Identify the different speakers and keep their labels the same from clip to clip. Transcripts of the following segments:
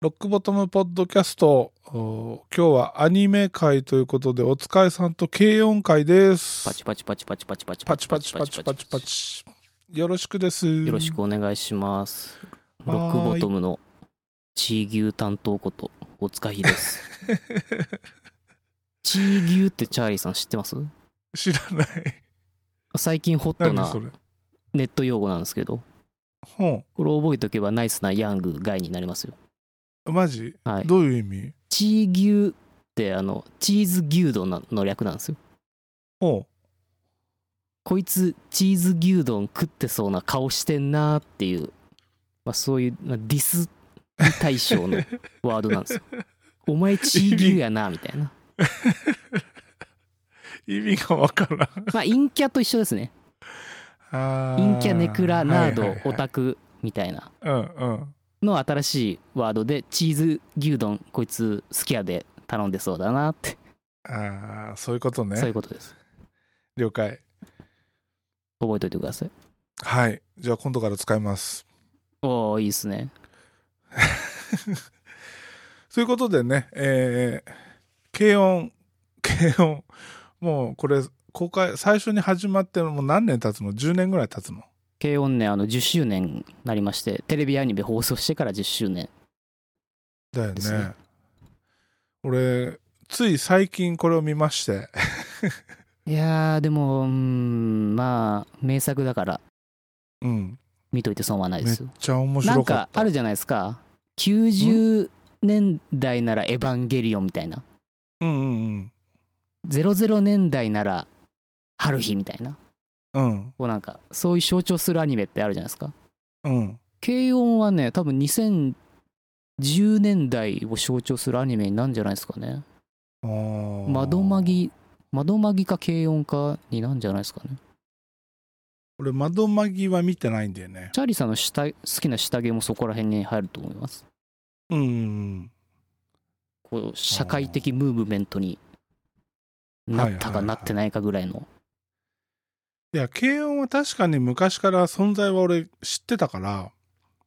Speaker 1: ロックボトムポッドキャスト、お今日はアニメ会ということで、お疲れさんと軽音会です。
Speaker 2: パチパチパチパチパチパチ
Speaker 1: パチパチパチパチパチ。よろしくです。
Speaker 2: よろしくお願いします。
Speaker 1: は
Speaker 2: ロ
Speaker 1: ーい
Speaker 2: ックボトムのチー牛担当こと大塚ひです。 チー牛ってチャーリーさん知ってます
Speaker 1: 知らない。
Speaker 2: 最近ホット
Speaker 1: 何
Speaker 2: な
Speaker 1: それ。
Speaker 2: ネット用語なんですけど、
Speaker 1: ほ
Speaker 2: これ覚えておけばナイスなヤングガイになりますよ。
Speaker 1: う。マジ
Speaker 2: はい。
Speaker 1: どういう意味
Speaker 2: チー牛ってあの、チーズ牛丼なの略なんですよ。
Speaker 1: ほ
Speaker 2: こいつチーズ牛丼食ってそうな顔してんなーっていう、まあ、そういうまあディス対象のワードなん ですよ。お前チー牛やなみたいな。
Speaker 1: う。意味がわからん。
Speaker 2: まあ陰キャと一緒ですね。
Speaker 1: あー
Speaker 2: 陰キャ、ネクラ、ナード、オ
Speaker 1: はい
Speaker 2: タクみたいな
Speaker 1: はいはいうんうん。
Speaker 2: の新しいワードでチーズ牛丼こいつ好きやで頼んでそうだなって、
Speaker 1: ああ、そういうこと
Speaker 2: そうい
Speaker 1: ね
Speaker 2: う。ことです。
Speaker 1: 了解。
Speaker 2: 覚えておいてください。
Speaker 1: はい。じゃあ今度から使います。
Speaker 2: おーいいっすね。
Speaker 1: ということでね、えー、軽音、軽音、もうこれ、公開、最初に始まって、もう何年経つの ?10 年ぐらい経つの。
Speaker 2: 軽音ねあの10周年になりましてテレビアニメ放送してから10周年。
Speaker 1: だよ
Speaker 2: です
Speaker 1: ね
Speaker 2: ね。
Speaker 1: 俺、つい最近これを見まして、
Speaker 2: いやーでもうーんまあ名作だから
Speaker 1: うん、
Speaker 2: 見といて損はないで
Speaker 1: めっ
Speaker 2: すよ
Speaker 1: ちゃ面
Speaker 2: なん
Speaker 1: 白か
Speaker 2: か
Speaker 1: った。
Speaker 2: あるじゃないですか90年代なら「エヴァンゲリオン」みたいな
Speaker 1: うんうん
Speaker 2: 00年代なら「春日」みたいな
Speaker 1: うん。うん。
Speaker 2: こうなんかそういう象徴するアニメってあるじゃないですか
Speaker 1: うん。
Speaker 2: 軽音はね多分2010年代を象徴するアニメになるんじゃないですかね
Speaker 1: あー
Speaker 2: 窓ま。ぎ窓まぎか軽音かになんじゃないですかね
Speaker 1: 俺、窓まぎは見てないんだよね。
Speaker 2: チャーリーさんの下好きな下着もそこら辺に入ると思います
Speaker 1: うんうんうん。
Speaker 2: こう社会的ムーブメントになったかなってないかぐらいの
Speaker 1: いや、軽音は確かに昔から存在は俺知ってたから、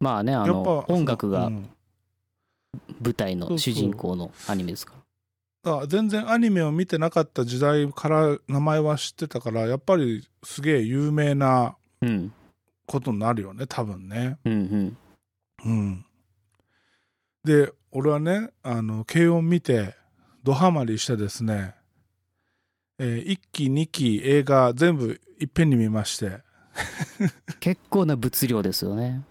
Speaker 2: まあねあ
Speaker 1: やっぱ
Speaker 2: の音楽
Speaker 1: う
Speaker 2: が
Speaker 1: ん
Speaker 2: 舞台の主人公のアニメですか
Speaker 1: あ全然アニメを見てなかった時代から名前は知ってたからやっぱりすげえ有名な
Speaker 2: らうん
Speaker 1: ことになるよね多分ね
Speaker 2: うんうん
Speaker 1: うんで俺はねあの軽音見てドハマりしてですね、え1期2期映画全部いっぺんに見まして
Speaker 2: 結構な物量ですよね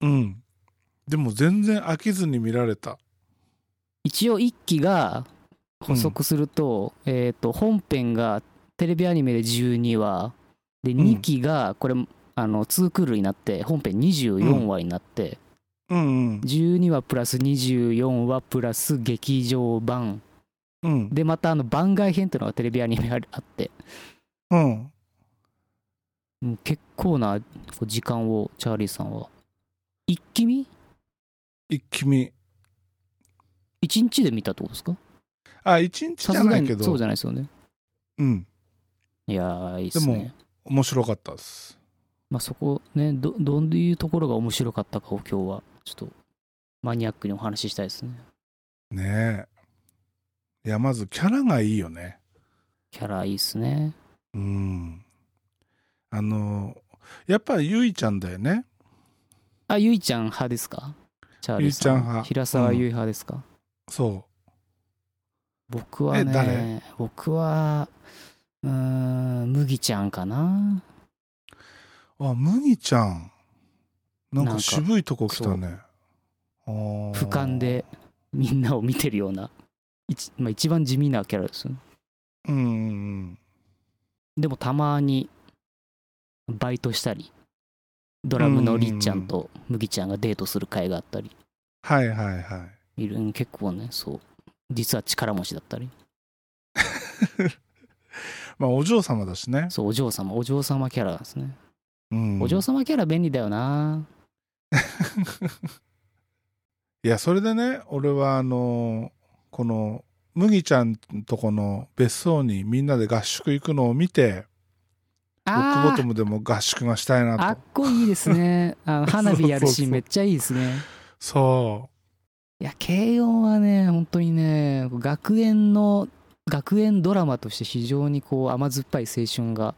Speaker 1: うんでも全然飽きずに見られた
Speaker 2: 一応一期が補足すると、えっ、と本編がテレビアニメで12話で
Speaker 1: ん
Speaker 2: 2期がこれ、あの2クールになって本編24話になって、
Speaker 1: うん
Speaker 2: 12話プラス24話プラス劇場版
Speaker 1: うんうん
Speaker 2: でまたあの番外編っていうのがテレビアニメあるあって
Speaker 1: うん
Speaker 2: もう結構なこう時間をチャーリーさんは一気見
Speaker 1: 一気見
Speaker 2: 一日で見たってことですか
Speaker 1: あ一日
Speaker 2: さ
Speaker 1: じゃ
Speaker 2: すが
Speaker 1: ないけ
Speaker 2: に
Speaker 1: ど
Speaker 2: そうじゃないですよね
Speaker 1: うん
Speaker 2: いやーいいっす
Speaker 1: でも
Speaker 2: ね
Speaker 1: 面白かったです
Speaker 2: まあそこねどどういうところが面白かったかを今日はちょっとマニアックにお話ししたいですね
Speaker 1: ねえいやまずキャラがいいよね
Speaker 2: キャラいいっすね
Speaker 1: うんあのやっぱりゆいちゃんだよね
Speaker 2: あゆいちゃん派ですかチャーリーさん
Speaker 1: ゆいちゃん派
Speaker 2: 平沢ゆい派ですか、
Speaker 1: そ
Speaker 2: 僕は
Speaker 1: え誰
Speaker 2: ね僕はうーん麦ちゃんかな
Speaker 1: うあ麦ちゃんなん
Speaker 2: な
Speaker 1: か
Speaker 2: んか
Speaker 1: 渋いとこ来たねあー
Speaker 2: 俯瞰でみんなを見てるような一,、まあ、一番地味なキャラですよね
Speaker 1: うんうん
Speaker 2: でもたまにバイトしたりドラムのりっちゃんと麦ちゃんがデートする会があったり
Speaker 1: はいはいはい
Speaker 2: る結構ねそう実は力持ちだったり
Speaker 1: いまあお嬢様だしね、
Speaker 2: そうお嬢様お嬢様キャラなんですね、
Speaker 1: うん、
Speaker 2: お嬢様キャラ便利だよない
Speaker 1: やそれでね俺はあのこの麦ちゃんとこの別荘にみんなで合宿行くのを見てロックボ
Speaker 2: あ
Speaker 1: トムでも合宿がしたい
Speaker 2: あ
Speaker 1: な
Speaker 2: っ
Speaker 1: と
Speaker 2: こいいですねあの花火やる
Speaker 1: そうそう
Speaker 2: シー
Speaker 1: そう
Speaker 2: ンめっちゃいいですね
Speaker 1: そ
Speaker 2: いやや、軽音はね、本当にね、学園の、学園ドラマとして非常にこう甘酸っぱい青春が、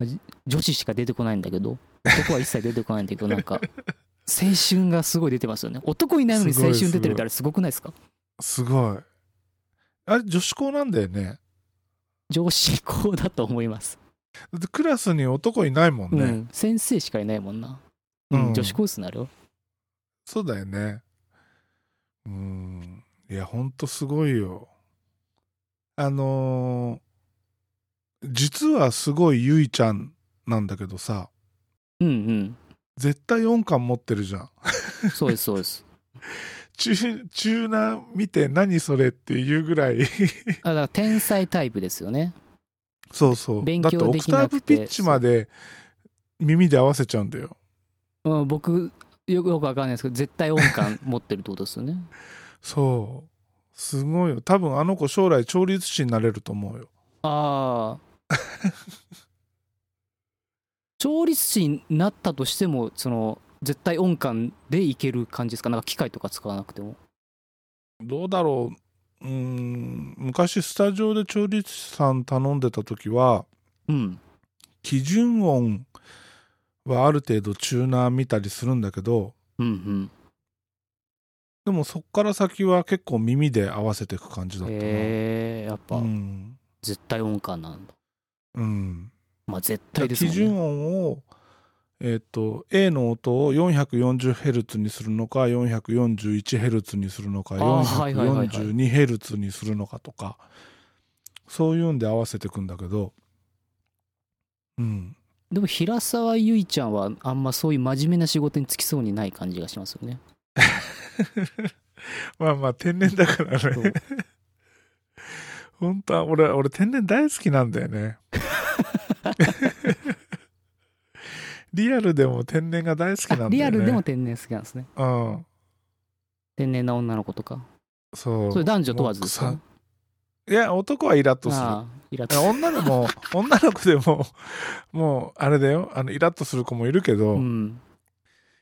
Speaker 2: まあじ女子しか出てこないんだけど、男は一切出てこないんだけど、なんか、青春がすごい出てますよね。男いないのに
Speaker 1: すごい
Speaker 2: 青春出てるってあれすごくないですか
Speaker 1: すごい。あれ、女子校なんだよね。
Speaker 2: 上司校だと思います。
Speaker 1: だってクラスに男いないもん
Speaker 2: う
Speaker 1: ね。
Speaker 2: ん。先生しかいないもんな。うん、
Speaker 1: うん
Speaker 2: 女子コースになるよ。
Speaker 1: そうだよね。うん。いや、ほんとすごいよ。あのー実はすごいゆいちゃんなんだけどさ、
Speaker 2: うん
Speaker 1: 絶対4巻持ってるじゃん。
Speaker 2: うん。そうです、そ うです。
Speaker 1: 中、中南見て何それっていうぐ らい。
Speaker 2: あだから天才タイプですよね。
Speaker 1: そうそう。
Speaker 2: 勉
Speaker 1: だって
Speaker 2: 強
Speaker 1: オ
Speaker 2: で
Speaker 1: ク
Speaker 2: き
Speaker 1: ター
Speaker 2: な
Speaker 1: ブ
Speaker 2: くて
Speaker 1: ピッチまで耳で合わせちゃうんだよ。
Speaker 2: うん、僕、よくよくわかんないですけど、絶対音感持ってるってことですよね。
Speaker 1: そう。すごいよ。多分あの子将来調律師になれると思うよ。
Speaker 2: ああ。 調律師になったとしても、その、絶対音感でいける感じですかなんか機械とか使わなくても。
Speaker 1: どうだろう。うーん昔スタジオで調律師さん頼んでた時は
Speaker 2: うん。
Speaker 1: 基準音はある程度チューナー見たりするんだけど
Speaker 2: うんうん。
Speaker 1: でもそっから先は結構耳で合わせていく感じだったな、
Speaker 2: へえやっぱ、
Speaker 1: うん、
Speaker 2: 絶対音感なんだ。
Speaker 1: うん、
Speaker 2: まあ、絶対です
Speaker 1: 基
Speaker 2: もんね。
Speaker 1: 準音をえっと A の音を 440Hz にするのか 441Hz にするのか
Speaker 2: あーはいはいはいはい
Speaker 1: 442Hz にするのかとかそういうんで合わせていくんだけどうん
Speaker 2: でも平沢ゆいちゃんはあんまそういう真面目な仕事に就きそうにない感じがします よね。
Speaker 1: まあまあ天然だから
Speaker 2: そ
Speaker 1: ね
Speaker 2: う
Speaker 1: 本当は俺俺天然大好きなんだよ ねリアルでも天然が大好きなんだよね
Speaker 2: リアルでも天然好きなんですね。
Speaker 1: うん
Speaker 2: 天然な女の子とか。
Speaker 1: そう
Speaker 2: それ男女問わずですか、
Speaker 1: もうさいや男はイラッとする
Speaker 2: ああ、イラつく
Speaker 1: 女の子も女の子でももうあれだよあのイラッとする子もいるけど、
Speaker 2: う
Speaker 1: い
Speaker 2: ん。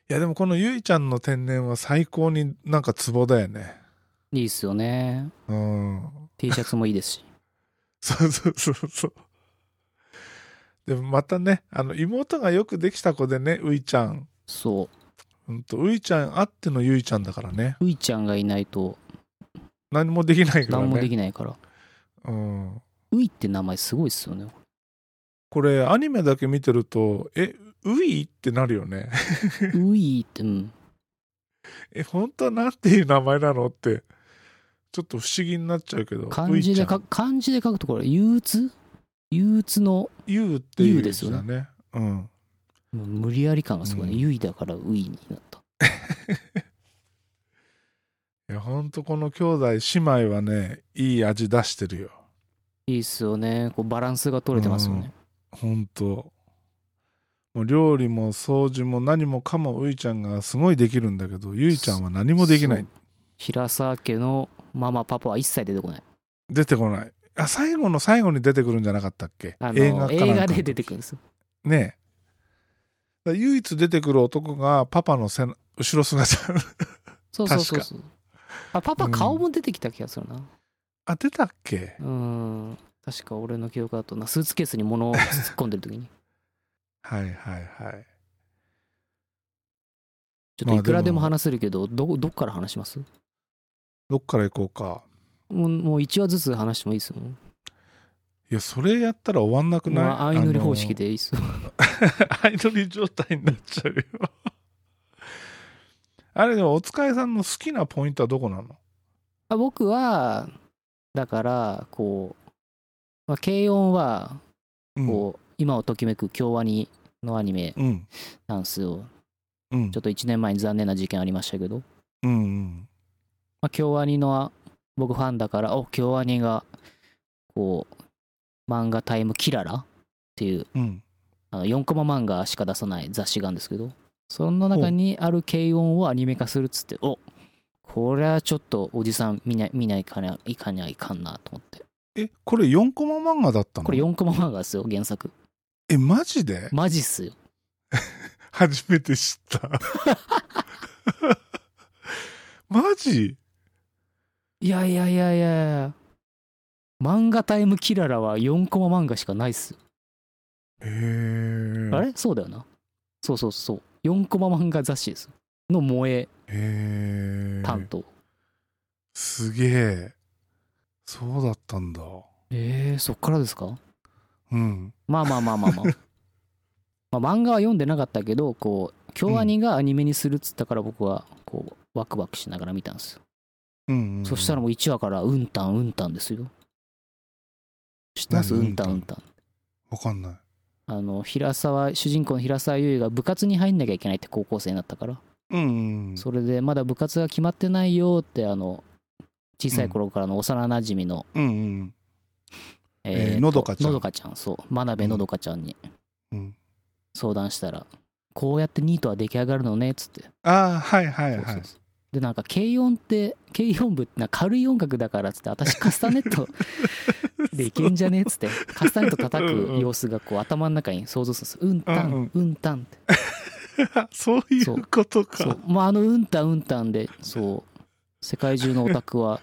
Speaker 1: やでもこのゆいちゃんの天然は最高になんかツボだよね
Speaker 2: いいっすよね。
Speaker 1: うん
Speaker 2: T シャツもいいですし。
Speaker 1: そうそうそうそうでもまたねあの妹がよくできた子でねういちゃん
Speaker 2: そ
Speaker 1: うんとういちゃんあってのゆいちゃんだからね
Speaker 2: う。ういちゃんがいないと
Speaker 1: 何もできないからね
Speaker 2: 何もできないから。
Speaker 1: うん、
Speaker 2: ういって名前すごい っすよね。
Speaker 1: これアニメだけ見てるとえういってなるよね
Speaker 2: ういって、うん。
Speaker 1: え本当はなんていう名前なのってちょっと不思議になっちゃうけど
Speaker 2: 漢字で
Speaker 1: ういちゃ
Speaker 2: 書
Speaker 1: ん
Speaker 2: く、漢字で書くところ、憂鬱憂鬱の、
Speaker 1: ゆうってい
Speaker 2: ゆ
Speaker 1: う
Speaker 2: う
Speaker 1: で
Speaker 2: ですす
Speaker 1: よ
Speaker 2: よね
Speaker 1: ねうん
Speaker 2: もう無理やり感がすごいね。
Speaker 1: うん
Speaker 2: ゆいだからういになった。
Speaker 1: いやほんとこの兄弟姉妹はねいい味出してるよ
Speaker 2: いいっすよね。こうバランスが取れてますよね。
Speaker 1: ほんともう料理も掃除も何もかもういちゃんがすごいできるんだけどゆいちゃんは何もできな
Speaker 2: そ
Speaker 1: いう
Speaker 2: 平沢家のママパパは一切出てこない
Speaker 1: 出てこないあ最後の最後に出てくるんじゃなかったっけ
Speaker 2: あの
Speaker 1: 映画かなんかの時
Speaker 2: 映画で出てくるんですよ
Speaker 1: ねえだから唯一出てくる男がパパの背な後ろ姿
Speaker 2: そうそうそうそうあパパ顔も出てきた気がするな
Speaker 1: あ出たっけ
Speaker 2: うんん確か俺の記憶だとなスーツケースに物を突っ込んでる時に
Speaker 1: はいはいはい
Speaker 2: ちょっといくらでも話せるけどどこどっから話します
Speaker 1: どっから行こうか
Speaker 2: もうもう1話ずつ話してもいいですよ
Speaker 1: いやそれやったら終わんなくない、
Speaker 2: まあ相乗り方式でいいですよ
Speaker 1: アイドル状態になっちゃうよ あれでもお疲れさんの好きなポイントはどこなの
Speaker 2: あ僕はだからこう、まあ、軽音は
Speaker 1: うん
Speaker 2: こう、今をときめく京アニのアニメ
Speaker 1: うん
Speaker 2: なんですよ
Speaker 1: うん
Speaker 2: ちょっと1年前に残念な事件ありましたけど
Speaker 1: うんうん
Speaker 2: まあ、京アニの僕ファンだから、お京アニが、こう、漫画タイムキララっていう、
Speaker 1: うん
Speaker 2: あの4コマ漫画しか出さない雑誌があるんですけど、その中にある軽音をアニメ化するっつって、おこれはちょっとおじさん見ない見ないかないかにはいかんなと思って。
Speaker 1: えこれ4コマ漫画だったの
Speaker 2: これ4コマ漫画ですよ、原作。
Speaker 1: えマジで
Speaker 2: マジっすよ。
Speaker 1: 初めて知ったマジ
Speaker 2: いやいやいやいやいや漫画タイムキララは4コマ漫画しかないっすよ
Speaker 1: へえ
Speaker 2: あれそうだよなそうそうそう4コマ漫画雑誌ですの萌え
Speaker 1: へえ
Speaker 2: 担当
Speaker 1: すげえそうだったんだ
Speaker 2: えー、そっからですか
Speaker 1: うん
Speaker 2: まあまあまあま あまあまあ漫画は読んでなかったけどこう京アニがアニメにするっつったから僕はこうワクワクしながら見たんですよ、
Speaker 1: うん、うん、
Speaker 2: そしたらもう1話からうんたんうんたんですよ知ってますう
Speaker 1: 何
Speaker 2: んたんう
Speaker 1: うんん
Speaker 2: たん
Speaker 1: わかんない
Speaker 2: あの平沢主人公の平沢優衣が部活に入んなきゃいけないって高校生になったから
Speaker 1: うんうん
Speaker 2: それでまだ部活が決まってないよってあの小さい頃からの幼なじみの、
Speaker 1: うんうんえー
Speaker 2: と
Speaker 1: のどかちゃん
Speaker 2: のどかちゃんそう真鍋のどかちゃんに
Speaker 1: うん
Speaker 2: 相談したら、こうやってニートは出来上がるのねっつって、
Speaker 1: ああはいはい
Speaker 2: そう
Speaker 1: は
Speaker 2: そう
Speaker 1: い
Speaker 2: そうでなんか軽音って軽音部ってなんか軽い音楽だからっつって私カスタネ ットでいけんじゃねえっつってカスタネット叩
Speaker 1: うんう
Speaker 2: く
Speaker 1: ん
Speaker 2: 様子がこう頭の中に想像するんですようんたん、
Speaker 1: う
Speaker 2: うんん
Speaker 1: うん
Speaker 2: たんって
Speaker 1: そうい
Speaker 2: そう
Speaker 1: うこと
Speaker 2: そ
Speaker 1: か
Speaker 2: うまああのうんたんうんたんでそう世界中のオタクは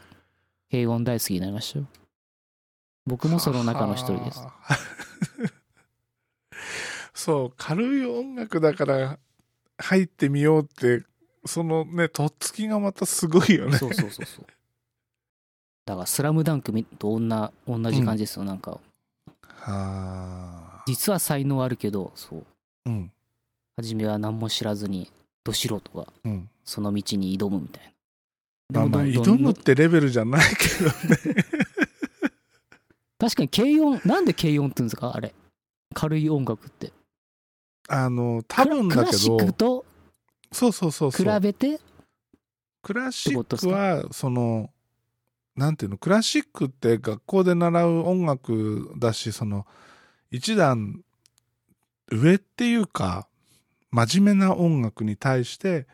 Speaker 2: 軽音大好きになりましたよ僕もその中の一人です
Speaker 1: はあ。 そう、軽い音楽だから入ってみようって、そのね、とっつきがまたすごいよね。
Speaker 2: そうそうそうそう。だから、スラムダンクみと同同じ感じですよ。なんか、
Speaker 1: はあ。
Speaker 2: 実は才能あるけど、そう。
Speaker 1: うん、
Speaker 2: 初めは何も知らずに、ど素人が
Speaker 1: うん。
Speaker 2: その道に挑むみたいな。
Speaker 1: まあまあ、
Speaker 2: どんどん
Speaker 1: 挑むってレベルじゃないけどね。
Speaker 2: 確かに軽音、なんで軽音って言うんですかあれ。軽い音楽って。
Speaker 1: あの、多分
Speaker 2: クラ
Speaker 1: だ
Speaker 2: ク
Speaker 1: け
Speaker 2: ラシッ
Speaker 1: ど
Speaker 2: ク、と
Speaker 1: そうそうそう
Speaker 2: 比
Speaker 1: そう。
Speaker 2: べて、
Speaker 1: クラシックは、その、なんていうの、クラシックって学校で習う音楽だし、その、一段上っていうか、真面目な音楽に対して、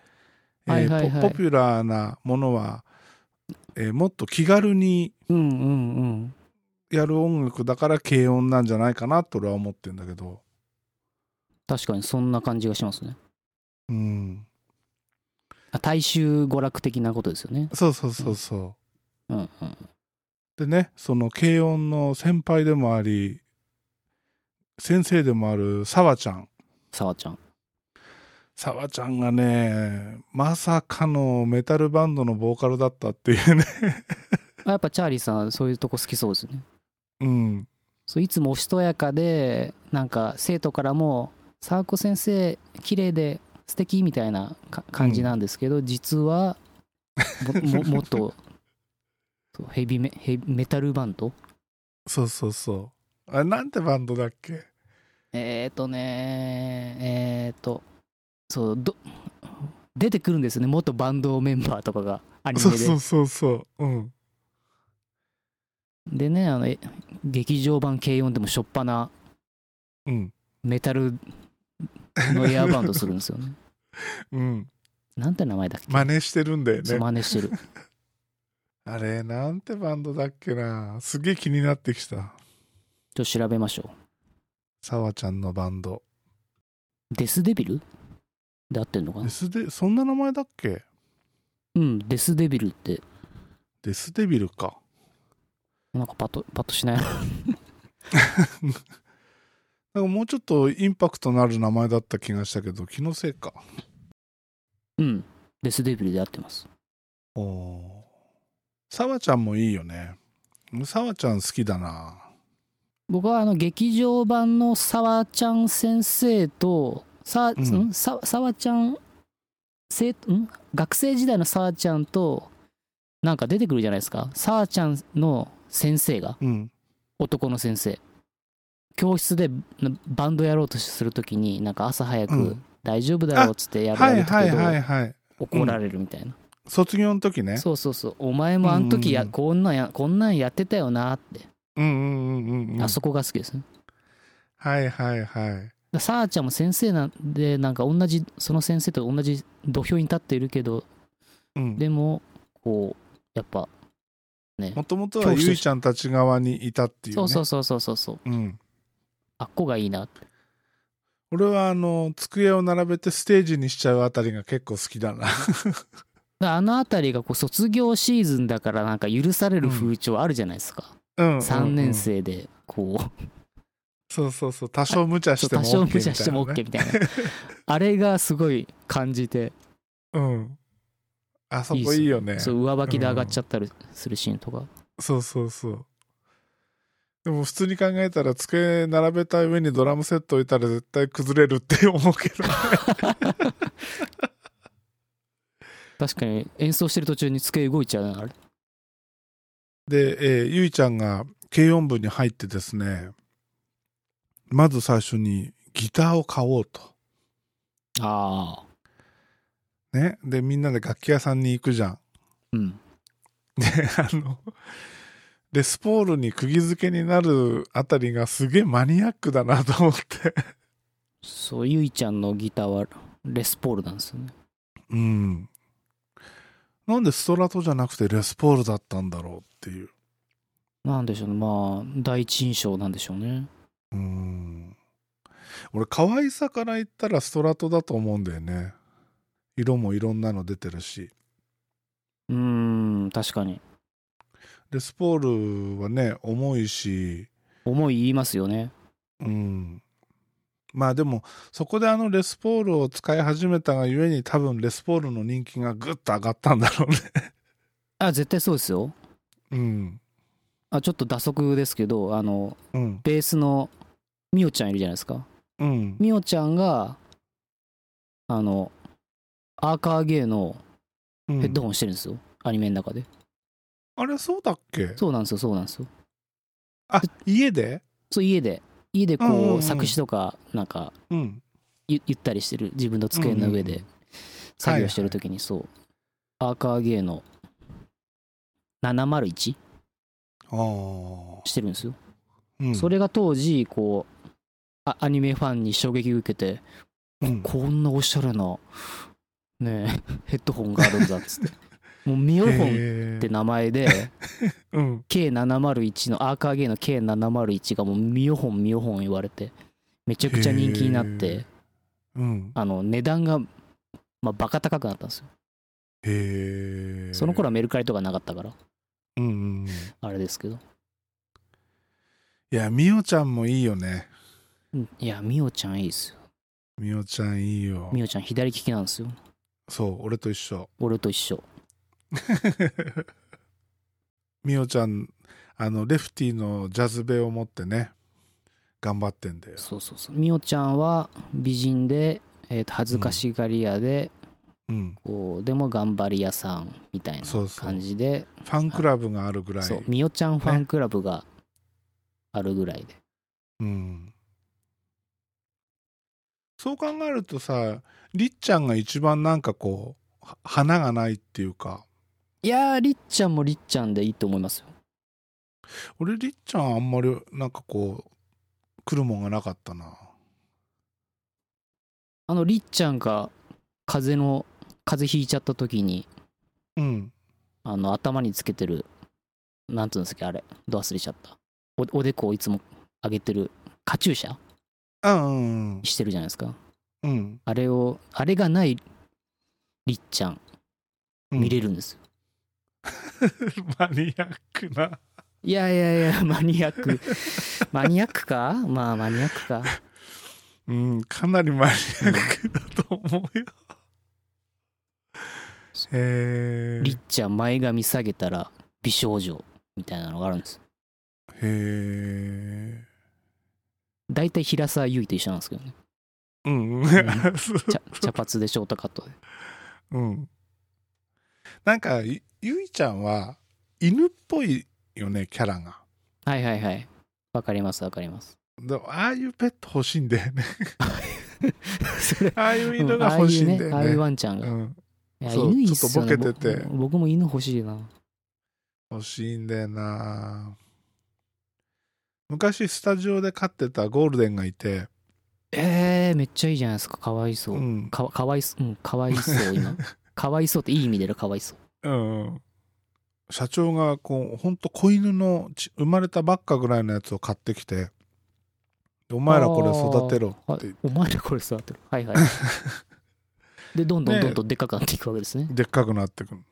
Speaker 1: えー
Speaker 2: はいはいはい
Speaker 1: ポポピュラーなものは、えーもっと気軽に
Speaker 2: うんうんうん。
Speaker 1: やる音楽だから軽音なんじゃないかなと俺は思ってんだけど、
Speaker 2: 確かにそんな感じがしますね。
Speaker 1: うん、
Speaker 2: あ大衆娯楽的なことですよね。
Speaker 1: そうそうそうそう。
Speaker 2: うんうんうん。
Speaker 1: でねその軽音の先輩でもあり先生でもある沢ちゃん
Speaker 2: さわちゃん。
Speaker 1: 沢ちゃんがねまさかのメタルバンドのボーカルだったっていうね
Speaker 2: あやっぱチャーリーさん、そういうとこ好きそうですね。
Speaker 1: うん
Speaker 2: そういつもおしとやかでなんか生徒からも「沢子先生綺麗で素敵みたいなか感じなんですけど、実は もももっとそうヘビメヘビメタルバンド
Speaker 1: そうそうそうあれなんてバンドだっけ
Speaker 2: えっ、ー、とねえっ、ー、とそうど出てくるんですよね元バンドメンバーとかがアニメ
Speaker 1: そ
Speaker 2: で
Speaker 1: うそうそうそううん
Speaker 2: でねあのえ劇場版軽音でもしょっぱな
Speaker 1: うん
Speaker 2: メタルのエアバンドするんです よね
Speaker 1: うん
Speaker 2: なんて名前だっけ
Speaker 1: 真似してるんだよ
Speaker 2: そう
Speaker 1: ね
Speaker 2: 真似してる
Speaker 1: あれなんてバンドだっけなすげえ気になってきた
Speaker 2: ちょっと調べましょ
Speaker 1: 沢ちゃんのバンド
Speaker 2: う。デスデビルで合ってんのか
Speaker 1: デ
Speaker 2: な
Speaker 1: スデそんな名前だっけ
Speaker 2: うん、デスデビルって、
Speaker 1: デスデビルか
Speaker 2: なんかパッと、パッとしない。
Speaker 1: なんかもうちょっとインパクトのある名前だった気がしたけど気のせいか
Speaker 2: うん、デスデビルで合ってます。
Speaker 1: おさわちゃんもいいよねさわちゃん好きだな
Speaker 2: 僕はあの、劇場版の沢ちゃん先生と、さ、
Speaker 1: ん
Speaker 2: んさ沢ちゃん、生、ん学生時代の沢ちゃんと、なんか出てくるじゃないですか。沢ちゃんの先生が、
Speaker 1: うん
Speaker 2: 男の先生。教室でなバンドやろうとするときに、なんか朝早く、
Speaker 1: うん
Speaker 2: 大丈夫だろうっつってやる
Speaker 1: は
Speaker 2: や
Speaker 1: い
Speaker 2: る
Speaker 1: はい
Speaker 2: けど、
Speaker 1: はいはい
Speaker 2: 怒られるみたいな、
Speaker 1: 卒業の時ね
Speaker 2: そうそうそうお前もあの時や、
Speaker 1: うんうんうん
Speaker 2: こんなんやこんなんやってたよなって、
Speaker 1: うんうんうんうんうん
Speaker 2: あそこが好きですね
Speaker 1: はいはいはい
Speaker 2: ださあちゃんも先生なんでなんか同じその先生と同じ土俵に立っているけど
Speaker 1: うん
Speaker 2: でもこうやっぱね
Speaker 1: もともとはゆいちゃんたち側にいたっていうね
Speaker 2: そうそうそうそうそうそう
Speaker 1: うん
Speaker 2: あっこがいいなって
Speaker 1: 俺はあの机を並べてステージにしちゃうあたりが結構好きだな
Speaker 2: らあの辺りがこう卒業シーズンだからなんか許される風潮あるじゃないですか、
Speaker 1: うん
Speaker 2: 3
Speaker 1: う
Speaker 2: 年
Speaker 1: んうん
Speaker 2: 生でこう
Speaker 1: そうそうそう多少無茶しても
Speaker 2: 多
Speaker 1: OK
Speaker 2: 少無茶しても OK
Speaker 1: み
Speaker 2: みたいなあれがすごい感じ て
Speaker 1: たいなねうんあそこいいよね
Speaker 2: そう上履きで上がっちゃったりするシーンとか、
Speaker 1: そうそうそう。でも普通に考えたら机並べた上にドラムセット置いたら絶対崩れるって思うけど。
Speaker 2: 確かに演奏してる途中に机動いちゃうなあれ
Speaker 1: で、えーゆいちゃんが軽音部に入ってですね、まず最初にギターを買おうと。
Speaker 2: ああ
Speaker 1: ね。で、みんなで楽器屋さんに行くじゃん。
Speaker 2: うん
Speaker 1: で、あの、レスポールに釘付けになるあたりがすげえマニアックだなと思って。
Speaker 2: そうゆいちゃんのギターはレスポールなんですよね
Speaker 1: うん。なんでストラトじゃなくてレスポールだったんだろうっていう。
Speaker 2: なんでしょうねまあ第一印象なんでしょうね
Speaker 1: うーん俺可愛さから言ったらストラトだと思うんだよね色もいろんなの出てるし
Speaker 2: うーん確かに
Speaker 1: レスポールはね重いし
Speaker 2: 思い言いますよね
Speaker 1: うんまあでもそこであのレスポールを使い始めたがゆえに多分レスポールの人気がぐっと上がったんだろうね
Speaker 2: あ絶対そうですよ
Speaker 1: うん
Speaker 2: あちょっと打足ですけどあの
Speaker 1: うん
Speaker 2: ベースのみおちゃんいるじゃないですか
Speaker 1: うん
Speaker 2: みおちゃんがあのアーカーゲーの
Speaker 1: うん
Speaker 2: ヘッドホンしてるんですよ、アニメの中で
Speaker 1: あれそうだっけ
Speaker 2: そうなんですよそうなんですよ
Speaker 1: あ家で
Speaker 2: そう家で家でこう,、
Speaker 1: うんうんうん
Speaker 2: 作詞とかなんか
Speaker 1: うん
Speaker 2: ゆゆったりしてる自分の机の上
Speaker 1: うんうんう
Speaker 2: で
Speaker 1: ん
Speaker 2: 作業してる時にそう、アーカーゲーの701
Speaker 1: ああ、
Speaker 2: してるんですよ、
Speaker 1: うん、
Speaker 2: それが当時こうあアニメファンに衝撃を受けて
Speaker 1: うん
Speaker 2: こんなおしゃれなねえ ヘッドホンがあるんだっ つってもうミオホンっ
Speaker 1: へ
Speaker 2: て
Speaker 1: ー
Speaker 2: 名前で
Speaker 1: うん、
Speaker 2: K701 のアーカーゲーの K701 がもうミオホンミオホン言われてめちゃくちゃ人気になっ
Speaker 1: へー
Speaker 2: て
Speaker 1: うん、
Speaker 2: あの値段が、まあ、バカ高くなったんですよ
Speaker 1: へえ
Speaker 2: その頃はメルカリとかなかったから
Speaker 1: うんうんうん、い
Speaker 2: あれですけど
Speaker 1: やみおちゃんもいいよね
Speaker 2: うんいやミオちゃんいいですよ
Speaker 1: みおちゃんいいよ
Speaker 2: ミオちゃん左利きなんですよ
Speaker 1: そう俺と一緒
Speaker 2: 俺と一緒
Speaker 1: みおちゃんあのレフティーのジャズベを持ってね頑張ってんだよ
Speaker 2: そうそうそうミオちゃんは美人で、えーと恥ずかしがり屋で、
Speaker 1: うん
Speaker 2: こうでも頑張り屋さんみたいな
Speaker 1: そうそう
Speaker 2: 感じで
Speaker 1: ファンクラブがあるぐらい
Speaker 2: そうみおちゃんファンクラブがあるぐらいで、
Speaker 1: うん、そう考えるとさりっちゃんが一番なんかこうは花がないっていうか
Speaker 2: いやーりっちゃんもりっちゃんでいいと思いますよ
Speaker 1: 俺りっちゃんあんまりなんかこう来るもんがなかったな
Speaker 2: あのりっちゃんが風邪の風邪ひいちゃった時に
Speaker 1: うん
Speaker 2: あの頭につけてるなんつうんですっけあれど忘れちゃったおおでこをいつも上げてるカチューシャ
Speaker 1: あうんうん
Speaker 2: してるじゃないですか
Speaker 1: うん
Speaker 2: あれをあれがないりっちゃん
Speaker 1: うん
Speaker 2: 見れるんですよ、
Speaker 1: マニアックな。
Speaker 2: いやいやいや マニアックマニアックかまあマニアッ クか
Speaker 1: うん、かなりマニアックだと思うよ。へ え。
Speaker 2: りっちゃん前髪下げたら美少女みたいなのがあるんです
Speaker 1: へえ。
Speaker 2: 大体平沢優衣と一緒なんですけど ね
Speaker 1: うんうん。
Speaker 2: 茶茶髪でショートカットで
Speaker 1: うん。なんか、ゆゆいちゃんは犬っぽいよね、キャラが。
Speaker 2: はいはいはいわかりますわかります
Speaker 1: でもああいうペット欲しいんだよね。
Speaker 2: それ
Speaker 1: ああいう犬
Speaker 2: うんあ
Speaker 1: が
Speaker 2: あい
Speaker 1: 欲しい
Speaker 2: うん
Speaker 1: だ
Speaker 2: ねああいう
Speaker 1: よね。
Speaker 2: ワンちゃん
Speaker 1: う
Speaker 2: が、
Speaker 1: ん、
Speaker 2: いや
Speaker 1: そう
Speaker 2: 犬いいっすよね
Speaker 1: ちょっとボケてて
Speaker 2: 僕僕も犬欲しいな
Speaker 1: 欲しいんだよな。昔スタジオで飼ってたゴールデンがいて、
Speaker 2: えー、めっちゃいいじゃないですかかわいそう、
Speaker 1: うん
Speaker 2: かかわいそう、うん、かわいそう 今かわいそうっていい意味でのかわいそう
Speaker 1: うん、社長がこうほんと子犬のち生まれたばっかぐらいのやつを買ってきて「お前らこれ育てろ」
Speaker 2: あ
Speaker 1: って
Speaker 2: お前らこれ育てるはいはいでどんどんどんどんでっかくなっていくわけですね
Speaker 1: でっかくなってくる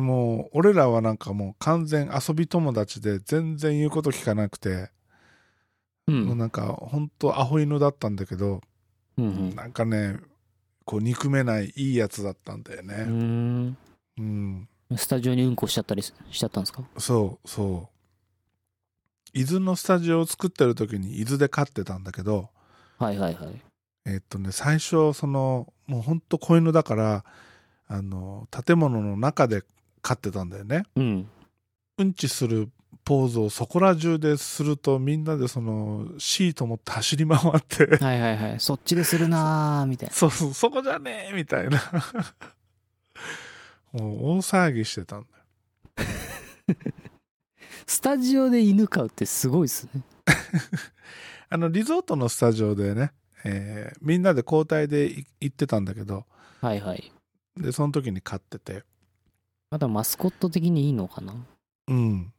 Speaker 1: もう俺らはなんかもう完全遊び友達で全然言うこと聞かなくて、
Speaker 2: う
Speaker 1: もうんなんかほんとアホ犬だったんだけど、
Speaker 2: うんうん
Speaker 1: なんかねこう憎めないいいやつだったんだよ
Speaker 2: う
Speaker 1: ね
Speaker 2: ん
Speaker 1: うん、
Speaker 2: スタジオにうんこしちゃったりししちゃったんですか
Speaker 1: そうそう伊豆のスタジオを作ってる時に伊豆で飼ってたんだけど
Speaker 2: はいはいはい
Speaker 1: えっとね最初そのもうほんと子犬だからあの建物の中で飼ってたんだよね
Speaker 2: うん
Speaker 1: うんちするポーズをそこら中でするとみんなでそのシート持って走り回って
Speaker 2: はいはいはいそっちでするなーみたいな
Speaker 1: そうそうそこじゃねえみたいな もう大騒ぎしてたんだよ
Speaker 2: スタジオで犬飼うってすごいですね
Speaker 1: あのリゾートのスタジオでね、えーみんなで交代でい行ってたんだけど
Speaker 2: はいはい
Speaker 1: でその時に飼ってて
Speaker 2: まだマスコット的にいいのかな
Speaker 1: うん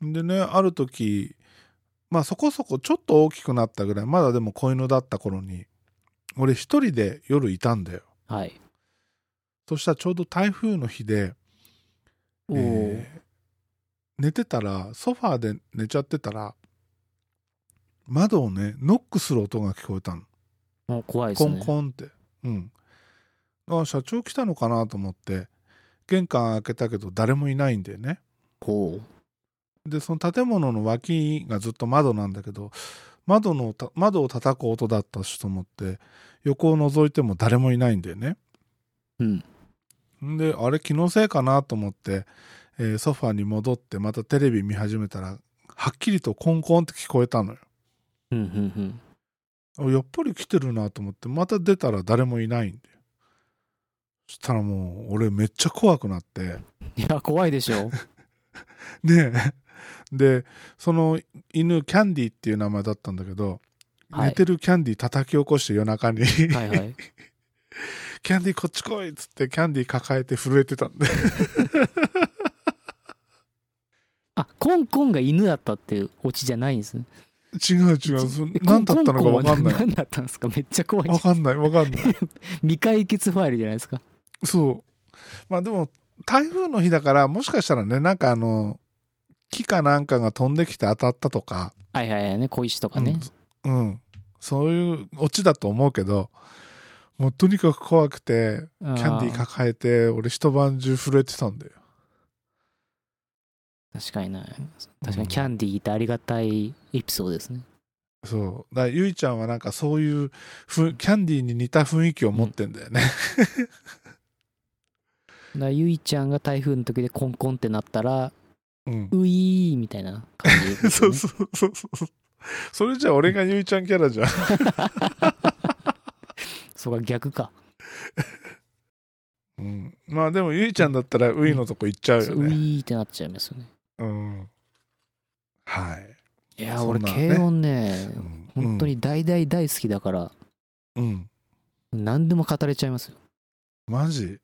Speaker 1: でねある時まあそこそこちょっと大きくなったぐらいまだでも子犬だった頃に俺一人で夜いたんだよ
Speaker 2: はい
Speaker 1: そしたらちょうど台風の日で、
Speaker 2: おお、
Speaker 1: えー寝てたらソファーで寝ちゃってたら窓をねノックする音が聞こえたの、
Speaker 2: もう怖いです
Speaker 1: コ
Speaker 2: ね
Speaker 1: ンコンってうんあ社長来たのかなと思って玄関開けたけど誰もいないんだよね
Speaker 2: ほ
Speaker 1: でその建物の脇がずっと窓なんだけど窓のた窓を叩く音だったしと思って横を覗いても誰もいないんだよね
Speaker 2: ううん
Speaker 1: んであれ気のせいかなと思って、えーソファに戻ってまたテレビ見始めたらはっきりとコンコンって聞こえたのよ
Speaker 2: うんうんうん
Speaker 1: あやっぱり来てるなと思ってまた出たら誰もいないんでそしたらもう俺めっちゃ怖くなって
Speaker 2: いや怖いで しょ
Speaker 1: ねえでその犬キャンディーっていう名前だったんだけど、
Speaker 2: はい
Speaker 1: 寝てるキャンディー叩き起こして夜中に、
Speaker 2: はいはい
Speaker 1: キャンディーこっち来いっつってキャンディー抱えて震えてたんで
Speaker 2: あコンコンが犬だったっていうオチじゃないんですね
Speaker 1: 違う違うそ何だったのか分かんない
Speaker 2: 何だったんですかめっちゃ怖い
Speaker 1: 分かんない分かんない
Speaker 2: 未解決ファイルじゃないですか
Speaker 1: そう。まあでも、台風の日だから、もしかしたらね、なんかあの、木かなんかが飛んできて当たったとか、
Speaker 2: はいはいはいね小石とかね、
Speaker 1: うん、うんそういうオチだと思うけど、もうとにかく怖くて、
Speaker 2: あ
Speaker 1: キャンディー抱えて、俺一晩中震えてたんだよ。
Speaker 2: 確かにな確かにキャンディーってありがたいエピソードですね、
Speaker 1: そう。だからゆいちゃんはなんかそういうふ、キャンディーに似た雰囲気を持ってんだよね。
Speaker 2: だからゆいちゃんが台風の時でコンコンってなったら
Speaker 1: うん。
Speaker 2: ういーみたいな感じです、ね、
Speaker 1: そうそうそうそう。それじゃ俺がゆいちゃんキャラじゃん。
Speaker 2: そうか逆か
Speaker 1: うん。まあでもゆいちゃんだったら、ういのとこ行っちゃう
Speaker 2: そ
Speaker 1: よ
Speaker 2: うう
Speaker 1: ね。
Speaker 2: いーってなっちゃいますよね
Speaker 1: うん。はい。
Speaker 2: いや
Speaker 1: そ
Speaker 2: 俺
Speaker 1: んなね
Speaker 2: 軽音ね
Speaker 1: うん
Speaker 2: 本当。に大大大好きだから
Speaker 1: うん。うん
Speaker 2: 何でも語れちゃいますよ
Speaker 1: マジ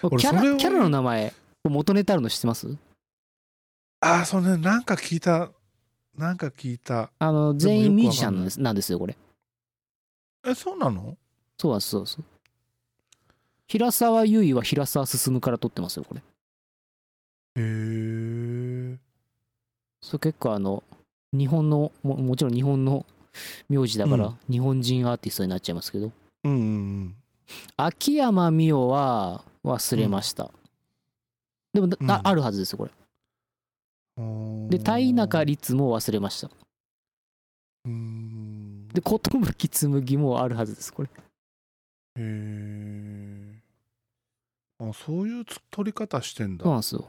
Speaker 2: キ
Speaker 1: 俺
Speaker 2: ャ
Speaker 1: それ
Speaker 2: ラ
Speaker 1: を
Speaker 2: キャラの名前元ネタあるの知ってます
Speaker 1: ああ、それね、なんか聞いた。なんか聞いた。
Speaker 2: あの
Speaker 1: でもよくわか
Speaker 2: 全
Speaker 1: んない
Speaker 2: 員ミュージシャンなんですなんですよこれ
Speaker 1: え、そうなの
Speaker 2: そうなんですそうなんです平沢優衣は平沢進から撮ってますよこれ
Speaker 1: へえ。
Speaker 2: そう結構あの日本のももちろん日本の名字だから、
Speaker 1: うん
Speaker 2: 日本人アーティストになっちゃいますけど
Speaker 1: うんうん
Speaker 2: 秋山美代は忘れました、でもだ
Speaker 1: うん
Speaker 2: ああるはずですよこれ
Speaker 1: うん。あー
Speaker 2: で鯛中。律も忘れました
Speaker 1: うん。
Speaker 2: で寿紬もあるはずですこれ
Speaker 1: へえ。あ、そういうつ取り方してんだ
Speaker 2: そう。なんですよ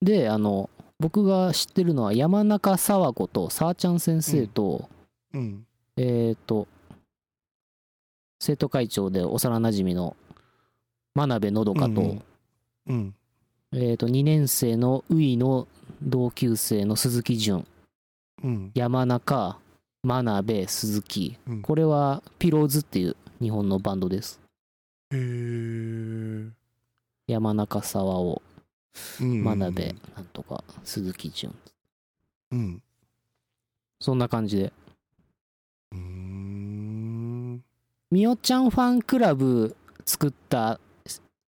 Speaker 2: であの僕が知ってるのは山中沢子とさーちゃん先生と、
Speaker 1: うん。
Speaker 2: えっ、と、生徒会長で幼なじみの真鍋のどかと、
Speaker 1: うんうん。
Speaker 2: えっ、と、2年生のういの同級生の鈴木淳、
Speaker 1: うん。
Speaker 2: 山中、真鍋、鈴木。
Speaker 1: うん
Speaker 2: これはピローズっていう日本のバンドです。
Speaker 1: へえ。
Speaker 2: 山中沢を
Speaker 1: 真
Speaker 2: 真鍋、。なんとか、鈴木淳。
Speaker 1: うん。
Speaker 2: そんな感じで。
Speaker 1: うーん。
Speaker 2: みおちゃんファンクラブ作った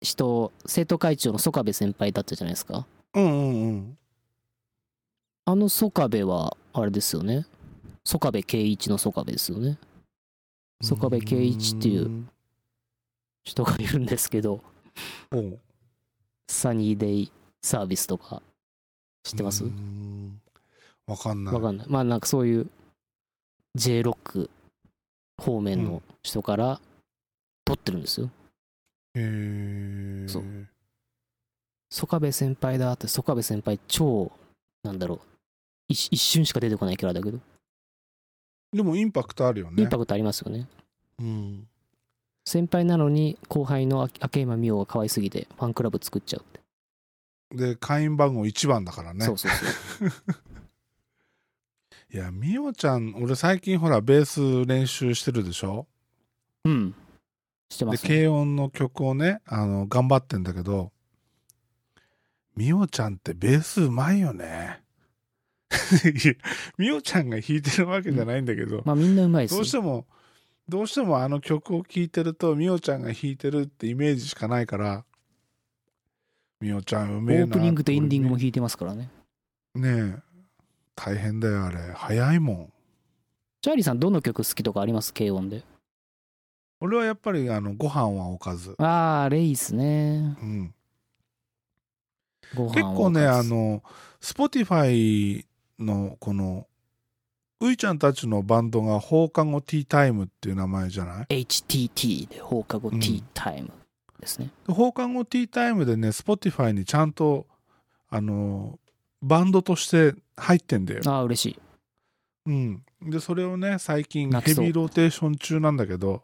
Speaker 2: 人生徒会長の曽我部先輩だったじゃないですか
Speaker 1: うんうんうん。
Speaker 2: あの曽我部はあれですよね曽我部圭一の曽我部ですよね曽我部圭一ってい
Speaker 1: う
Speaker 2: う
Speaker 1: ん。
Speaker 2: 人がいるんですけど
Speaker 1: おう
Speaker 2: サニーデイサービスとか知ってます
Speaker 1: うんわかんない。
Speaker 2: わかんないまあなんかそういう J ロック方面
Speaker 1: う
Speaker 2: の人から撮ってるんですよ
Speaker 1: へー
Speaker 2: そう曽我部先輩だって曽我部先輩超なんだろう一一瞬しか出てこないキャラだけど、
Speaker 1: でもインパクトあるよね。
Speaker 2: インパクトありますよね
Speaker 1: うん。
Speaker 2: 先輩なのに後輩の秋秋山美桜が可愛すぎてファンクラブ作っちゃうって、
Speaker 1: で、会員番号1番だからね
Speaker 2: そ。うそうそう
Speaker 1: いや、みおちゃん、俺最近ほら、ベース練習してるでしょ
Speaker 2: うんしてま
Speaker 1: で、
Speaker 2: すね
Speaker 1: 軽音の曲をね、あの、頑張ってんだけど、みおちゃんってベースうまいよね。 いやみおちゃんが弾いてるわけじゃないんだけど、
Speaker 2: まあみんなうまいです
Speaker 1: ど
Speaker 2: よ
Speaker 1: うしても、どうしてもあの曲を聴いてると、みおちゃんが弾いてるってイメージしかないから、みおちゃんう
Speaker 2: オ
Speaker 1: めえな。
Speaker 2: ープニングとエンディングも弾いてますからね
Speaker 1: ねえ、大変だよ、あれ。早いもん。
Speaker 2: チャーリーさんどの曲好きとかあります軽音で
Speaker 1: 俺はやっぱり、あの、ご飯はおかず。
Speaker 2: ああレイスね
Speaker 1: うん。
Speaker 2: ご飯
Speaker 1: 結構ね
Speaker 2: は
Speaker 1: あの Spotify のこのういちゃんたちのバンドが放課後ティータイムっていう名前じゃない
Speaker 2: HTT で放課後ティータイムですね、
Speaker 1: で放課後ティータイムでね Spotify にちゃんとあのバンドとして入ってんだよ、
Speaker 2: ああ嬉しい
Speaker 1: うん、でそれをね最近
Speaker 2: 泣
Speaker 1: ヘ
Speaker 2: きそう
Speaker 1: ビーローテーション中なんだけど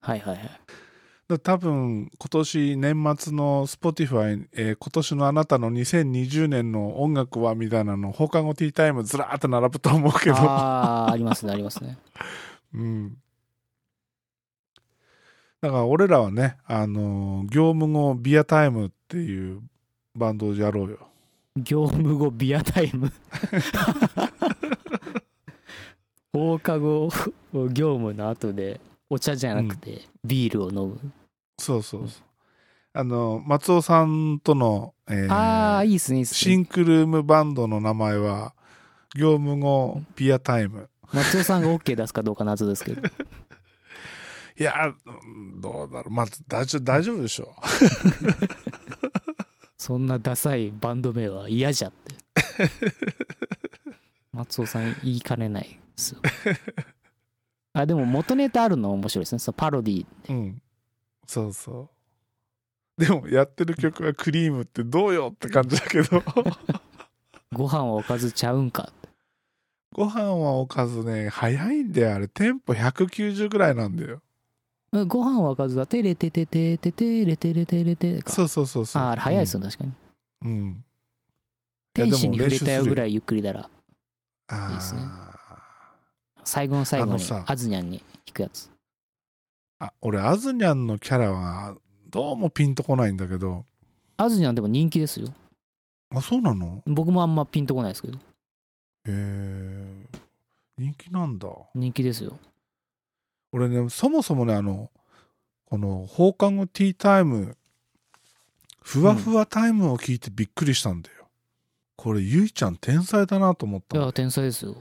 Speaker 2: はいはいはい
Speaker 1: だ多分今年年末の Spotify、えー今年のあなたの2020年の音楽はみたいなの放課後ティータイムずらーっと並ぶと思うけど
Speaker 2: ああありますねありますね
Speaker 1: うん。だから俺らはね、あのー業務後ビアタイムっていうバンドをやろうよ。
Speaker 2: 業務後ビアタイム放課後業務の後でお茶じゃなくてビールを飲む、
Speaker 1: そうそうそう。あのー松尾さんとの、えー
Speaker 2: ああいいっすねいいっす
Speaker 1: シ
Speaker 2: ね
Speaker 1: ンクルームバンドの名前は、業務後ビアタイム。
Speaker 2: 松尾さんが OK 出すかどうか謎ですけど
Speaker 1: いやー、うんどうだろう。まあ、大丈夫大丈夫でしょ
Speaker 2: そんなダサいバンド名は嫌じゃって松尾さん言いかねないですよあでも元ネタあるの面白いですねそのパロディ
Speaker 1: う。うん。そうそう。でもやってる曲はクリームってどうよって感じだけど。
Speaker 2: ご飯はおかずちゃうんか
Speaker 1: ご飯はおかずね、早いんだよ、あれ。テンポ190ぐらいなんだよ。
Speaker 2: うんご飯はおかずだてれてててててれてれてれてか
Speaker 1: そうそうそうそう。
Speaker 2: ああれ早いです
Speaker 1: よ。
Speaker 2: よ確かに
Speaker 1: うん。いや
Speaker 2: 天使に
Speaker 1: でも
Speaker 2: 触れた
Speaker 1: 練
Speaker 2: よぐ
Speaker 1: 習するよ
Speaker 2: らいゆっくりだら
Speaker 1: ああ
Speaker 2: いいっすね最後の最後
Speaker 1: あの
Speaker 2: に
Speaker 1: さ
Speaker 2: あずにゃんに弾くやつ
Speaker 1: あ俺、アズニャンのキャラは、どうもピンとこないんだけど。
Speaker 2: あずにゃんでも人気ですよ
Speaker 1: あ、そうなの
Speaker 2: 僕もあんまピンとこないですけど
Speaker 1: へえ。人気なんだ。
Speaker 2: 人気ですよ
Speaker 1: 俺ね、そもそもね、あの、この放課後ティータイム、ふわふわタイムを聞いてびっくりしたんだよ。これ、ゆいちゃん天才だなと思っ
Speaker 2: い
Speaker 1: たの
Speaker 2: や天才ですよ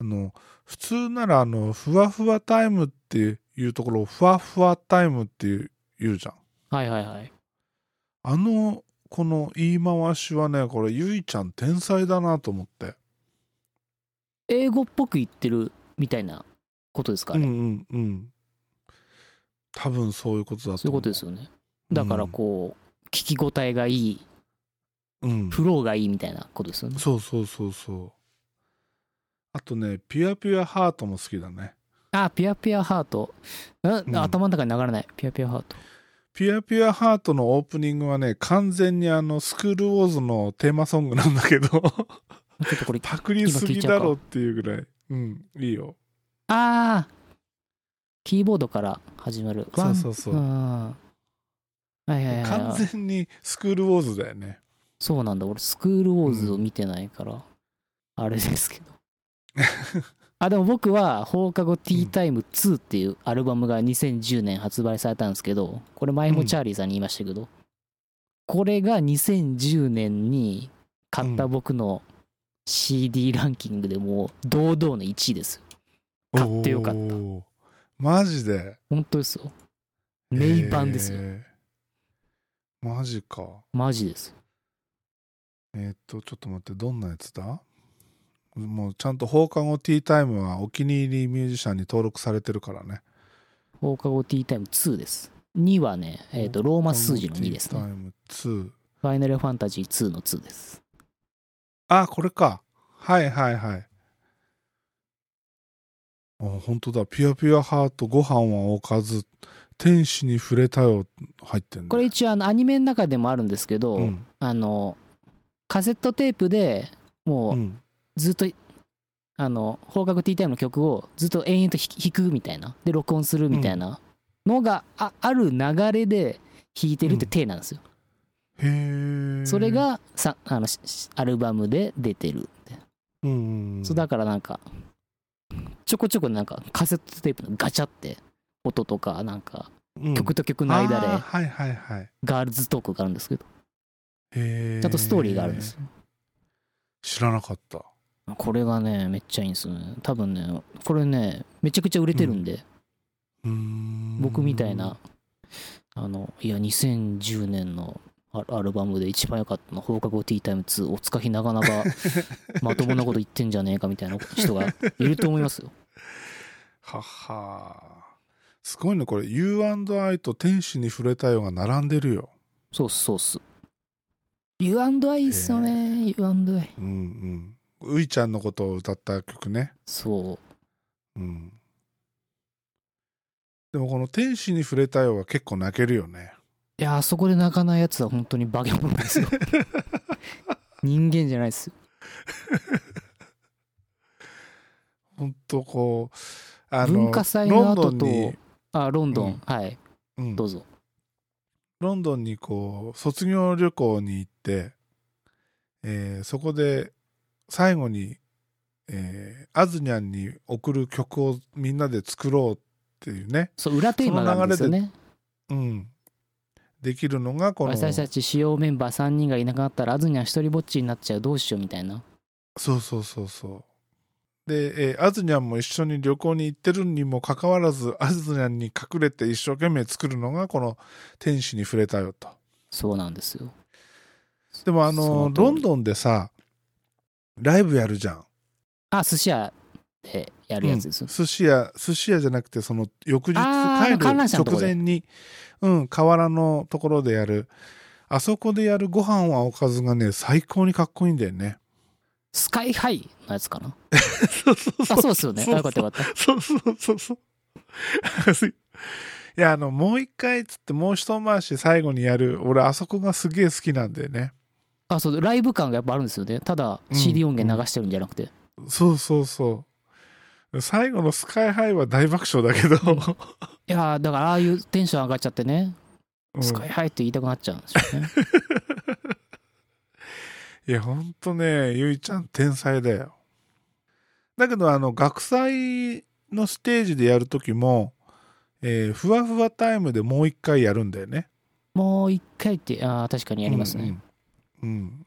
Speaker 1: あの普通ならあのふわふわタイムっていうところをふわふわタイムっていう言うじゃん
Speaker 2: はいはいはい
Speaker 1: あのこの言い回しはねこれゆいちゃん天才だなと思って
Speaker 2: 英語っぽく言ってるみたいなことですか
Speaker 1: うん
Speaker 2: ね、
Speaker 1: うんうん多分そういうことだと
Speaker 2: そういう
Speaker 1: 思
Speaker 2: こ
Speaker 1: う
Speaker 2: とですよねだからこう聞き応えがいい
Speaker 1: うん、
Speaker 2: フローがいいみたいなことですよね
Speaker 1: そうそうそうそうあとねピュアピュアハートも好きだね
Speaker 2: あピュアピュアハートあ
Speaker 1: うん
Speaker 2: 頭の中に流れないピュアピュアハート
Speaker 1: ピュアピュアハートのオープニングはね完全にあのスクールウォーズのテーマソングなんだけど
Speaker 2: ちょっとこれ
Speaker 1: パクリすぎだろっていうぐらい。うん、いいよ。
Speaker 2: ああキーボードから始まる。
Speaker 1: そうそうそう
Speaker 2: ワンんはいはいはい
Speaker 1: 完
Speaker 2: はい。
Speaker 1: 全にスクールウォーズだよね。
Speaker 2: そ うなんだ。俺、スクールウォーズを見てないから、あれですけど。あでも僕は放課後ティータイム2っていうアルバムが2010年発売されたんですけどこれ前もチャーリーさんに言いましたけど、これが2010年に買った僕の CD ランキングでもう堂々の1位ですよ買ってよかった
Speaker 1: おーマジで
Speaker 2: 本当ですよ名盤ですよ、
Speaker 1: えーマジか
Speaker 2: マジです
Speaker 1: えーっとちょっと待ってどんなやつだもうちゃんと放課後ティータイムはお気に入りミュージシャンに登録されてるからね
Speaker 2: 放課後ティータイム2です2はね、えー、とローマ数字の2です
Speaker 1: 放課
Speaker 2: ね
Speaker 1: 後ティータイム2
Speaker 2: ファイナルファンタジー2の2です
Speaker 1: あこれかはいはいはいあ本当だ「ピュアピュアハートご飯はおかず天使に触れたよ」入ってんね
Speaker 2: これ一応あのアニメの中でもあるんですけど、
Speaker 1: うん
Speaker 2: あのカセットテープでも
Speaker 1: う
Speaker 2: うんずっと、あの放課後ティータイムの曲をずっと延々と弾弾くみたいなで録音するみたいなのがあある流れで弾いてるって体なんですよ、
Speaker 1: へえ
Speaker 2: それがさあのししアルバムで出てるって
Speaker 1: うん
Speaker 2: そうだからなんかちょこちょこなんかカセットテープのガチャって音とかなんか
Speaker 1: うん
Speaker 2: 曲と曲の間で
Speaker 1: あーはいはいはいへ
Speaker 2: ガールズトークがあるんですけど
Speaker 1: え
Speaker 2: ちゃんとストーリーがあるんですよ
Speaker 1: 知らなかった
Speaker 2: これがねめっちゃいいんですよね多分ねこれねめちゃくちゃ売れてるんで、
Speaker 1: うーん
Speaker 2: 僕みたいなあのいや2010年のアアルバムで一番良かったのは放課後ティータイム2おつかひなかなかまともなこと言ってんじゃねえかみたいな人がいると思いますよ
Speaker 1: はっはすごいねこれ U&I と天使に触れたよが並んでるよ
Speaker 2: そうっすそうっす U&I っすよね U&I
Speaker 1: うんうんういちゃんのことを歌った曲ね
Speaker 2: そう
Speaker 1: うんでもこの「天使に触れたよ」は結構泣けるよね
Speaker 2: いやあそこで泣かないやつは本当に化け物ですよ 人間じゃないですよ
Speaker 1: ほんとこうあの
Speaker 2: 文化祭の後
Speaker 1: ロンド
Speaker 2: と
Speaker 1: ンに、
Speaker 2: あロンドン、
Speaker 1: うん
Speaker 2: はい
Speaker 1: うん
Speaker 2: どうぞ
Speaker 1: ロンドンにこう卒業旅行に行って、えーそこで最後に、えーアズニャンに送る曲をみんなで作ろうっていうね、
Speaker 2: そう裏テーマがあるんですよね
Speaker 1: うん、できるのがこの
Speaker 2: 私たち主要メンバー3人がいなくなったらアズニャン一人ぼっちになっちゃうどうしようみたいな
Speaker 1: そうそうそうそうで、えーアズニャンも一緒に旅行に行ってるにもかかわらずアズニャンに隠れて一生懸命作るのがこの「天使に触れたよ」と。
Speaker 2: そうなんですよ
Speaker 1: でもあ
Speaker 2: そ
Speaker 1: の
Speaker 2: の通り
Speaker 1: ロンドンでさライブやるじゃん。
Speaker 2: あ寿司屋でやるやつですよ、
Speaker 1: うん寿司屋寿司屋じゃなくてその翌日
Speaker 2: あ
Speaker 1: 帰
Speaker 2: ーあの
Speaker 1: る
Speaker 2: 観覧車のと
Speaker 1: 直
Speaker 2: こで
Speaker 1: 前にうん河原のところでやるあそこでやるご飯はおかずがね最高にかっこいいんだよね
Speaker 2: スカイハイのやつかな
Speaker 1: そうそう
Speaker 2: あそうですよねあよかったよかった
Speaker 1: そうそうそうそう いやあのもう一回っつってもう一回し最後にやる俺あそこがすげえ好きなんだよね
Speaker 2: あそうライブ感がやっぱあるんですよねただ
Speaker 1: うん
Speaker 2: CD 音源流してるんじゃなくて、
Speaker 1: そうそうそう最後のスカイハイは大爆笑だけど、
Speaker 2: いやーだからああいうテンション上がっちゃってね
Speaker 1: うん
Speaker 2: スカイハイって言いたくなっちゃうんです よね。
Speaker 1: いや、ほんとね、ゆいちゃん天才だよ。だけど、あの、学祭のステージでやるときも、えーふわふわタイムでもう一回やるんだよね。
Speaker 2: もう一回って、ああ、確かにやりますね。
Speaker 1: うん。うん。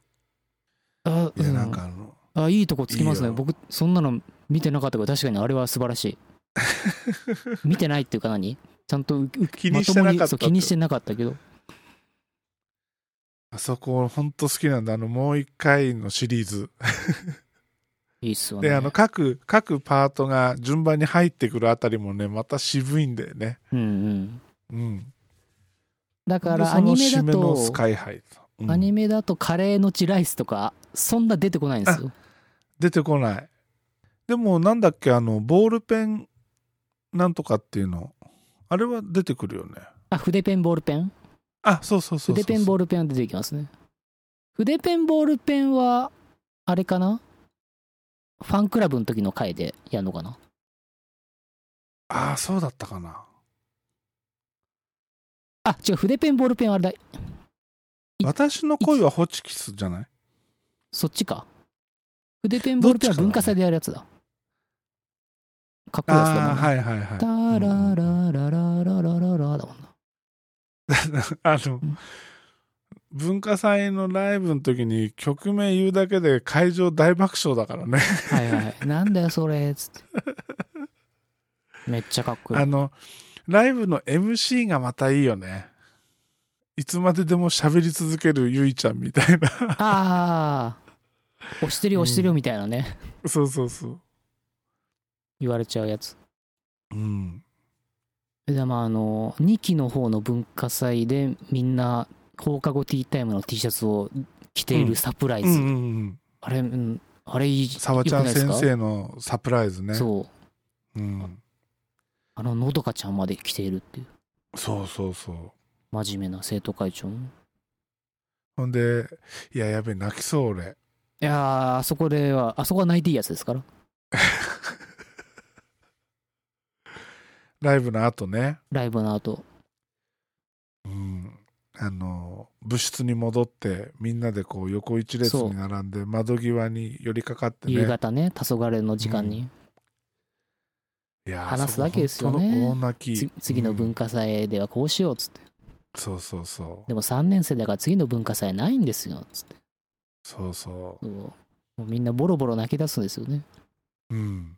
Speaker 2: あ
Speaker 1: うん、いや、
Speaker 2: うん
Speaker 1: なんかあの、
Speaker 2: あいいとこつきます
Speaker 1: い
Speaker 2: ね。
Speaker 1: いよ
Speaker 2: 僕、そんなの見てなかったけど、確かにあれは素晴 らしい。見てないっていうか何ちゃんとうう
Speaker 1: 気にしてなか
Speaker 2: ま
Speaker 1: った
Speaker 2: ともにそう気にしてなかったけど。
Speaker 1: あそこ、ほんと好きなんだ。あの、もう一回のシリーズ。
Speaker 2: いいっすよね。
Speaker 1: で、あの、各、各パートが順番に入ってくるあたりもね、また渋いんだよね。
Speaker 2: うんうん。
Speaker 1: うん。
Speaker 2: だか
Speaker 1: で
Speaker 2: ら
Speaker 1: そ
Speaker 2: ア
Speaker 1: の
Speaker 2: ニメだ
Speaker 1: 締めのス
Speaker 2: と、
Speaker 1: カイハイと。うん
Speaker 2: アニメだとカレーのチライスとか、そんな出てこないんですよ。
Speaker 1: 出てこないでもなんだっけあのボールペンなんとかっていうのあれは出てくるよね
Speaker 2: あ、筆ペン、ボールペン
Speaker 1: あそうそうそうそう
Speaker 2: 筆ペン、ボー
Speaker 1: ル
Speaker 2: ルペンは出てきますね。筆ペン、ボールペンは、あれかなファンクラブの時の回でやるのかな
Speaker 1: ああそうだったかな
Speaker 2: あ違う筆ペンボールペンはあれだい
Speaker 1: 私の恋はホチキスじゃない
Speaker 2: そっちか筆ペンボールペンは
Speaker 1: どっちかだね
Speaker 2: 文化祭でやるやつだかっこいいやつだ
Speaker 1: あ
Speaker 2: も
Speaker 1: あー
Speaker 2: んね
Speaker 1: はいはいはい
Speaker 2: タララララララララだもんな。
Speaker 1: あの
Speaker 2: ん、
Speaker 1: 文化祭のライブの時に曲名言うだけで会場大爆笑だからね。
Speaker 2: はいはい。なんだよ、それ。つって。めっちゃかっこい
Speaker 1: あ
Speaker 2: い。
Speaker 1: の、ライブの MC がまたいいよね。いつまででも喋り続けるゆいちゃんみたいな。
Speaker 2: ああ。押してるよ、
Speaker 1: うん
Speaker 2: 押してるよ、みたいなね。
Speaker 1: そうそうそう。
Speaker 2: 言われちゃうやつ。
Speaker 1: うん。
Speaker 2: でも、あの、2期の方の文化祭で、みんな、放課後ティータイムの T シャツを着ているサプライ
Speaker 1: う
Speaker 2: ズ。
Speaker 1: んうんうん。
Speaker 2: あれ、うん、あれいい。
Speaker 1: 沢ちゃん
Speaker 2: 良くない
Speaker 1: 先
Speaker 2: ですか
Speaker 1: 生のサプライズね。う。
Speaker 2: そう。
Speaker 1: ん。
Speaker 2: あの、のどかちゃんまで着ているっていう。
Speaker 1: そうそうそう。
Speaker 2: 真面目な生徒会長。い
Speaker 1: ほんで、いや、やべえ、泣きそう俺。
Speaker 2: やー、あそこでは、あそこは泣いていいやつですから。
Speaker 1: ライブの後ね。
Speaker 2: ライブの後。
Speaker 1: うん、あの部室に戻ってみんなでこう横一列に並んで窓際に寄りかかって
Speaker 2: 夕
Speaker 1: ね
Speaker 2: 方ね、黄昏の時間に、
Speaker 1: いやー
Speaker 2: 話す
Speaker 1: そう
Speaker 2: だけですよね
Speaker 1: 本当の大泣
Speaker 2: つ
Speaker 1: き
Speaker 2: 次の
Speaker 1: うん
Speaker 2: 文化祭ではこうしようっつって、
Speaker 1: そうそうそう
Speaker 2: でも3年生だから次の文化祭ないんですよっつって
Speaker 1: そうそ
Speaker 2: そうもうみんなボロボロ泣き出すんですよね
Speaker 1: ううん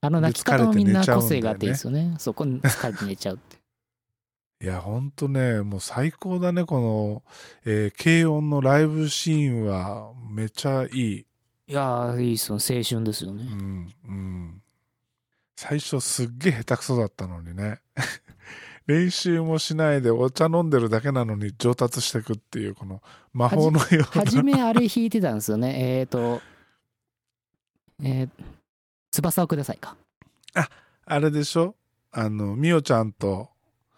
Speaker 2: あの
Speaker 1: で
Speaker 2: 泣き方も
Speaker 1: 疲れ
Speaker 2: み
Speaker 1: て
Speaker 2: ん
Speaker 1: 寝
Speaker 2: な
Speaker 1: ちゃうんだよね
Speaker 2: 個性があっていいですよね そこに疲れて寝ちゃうって
Speaker 1: いやほんとねもう最高だねこの、えー軽音のライブシーンはめちゃいい
Speaker 2: いやーいいっすよ青春ですよね、
Speaker 1: うんうん最初すっげえ下手くそだったのにね 練習もしないでお茶飲んでるだけなのに上達していくっていうこの魔法のような
Speaker 2: 初めあれ弾いてたんですよねえっ、ー、 とえー翼をくださいか
Speaker 1: あれでしょあの、みおちゃんと、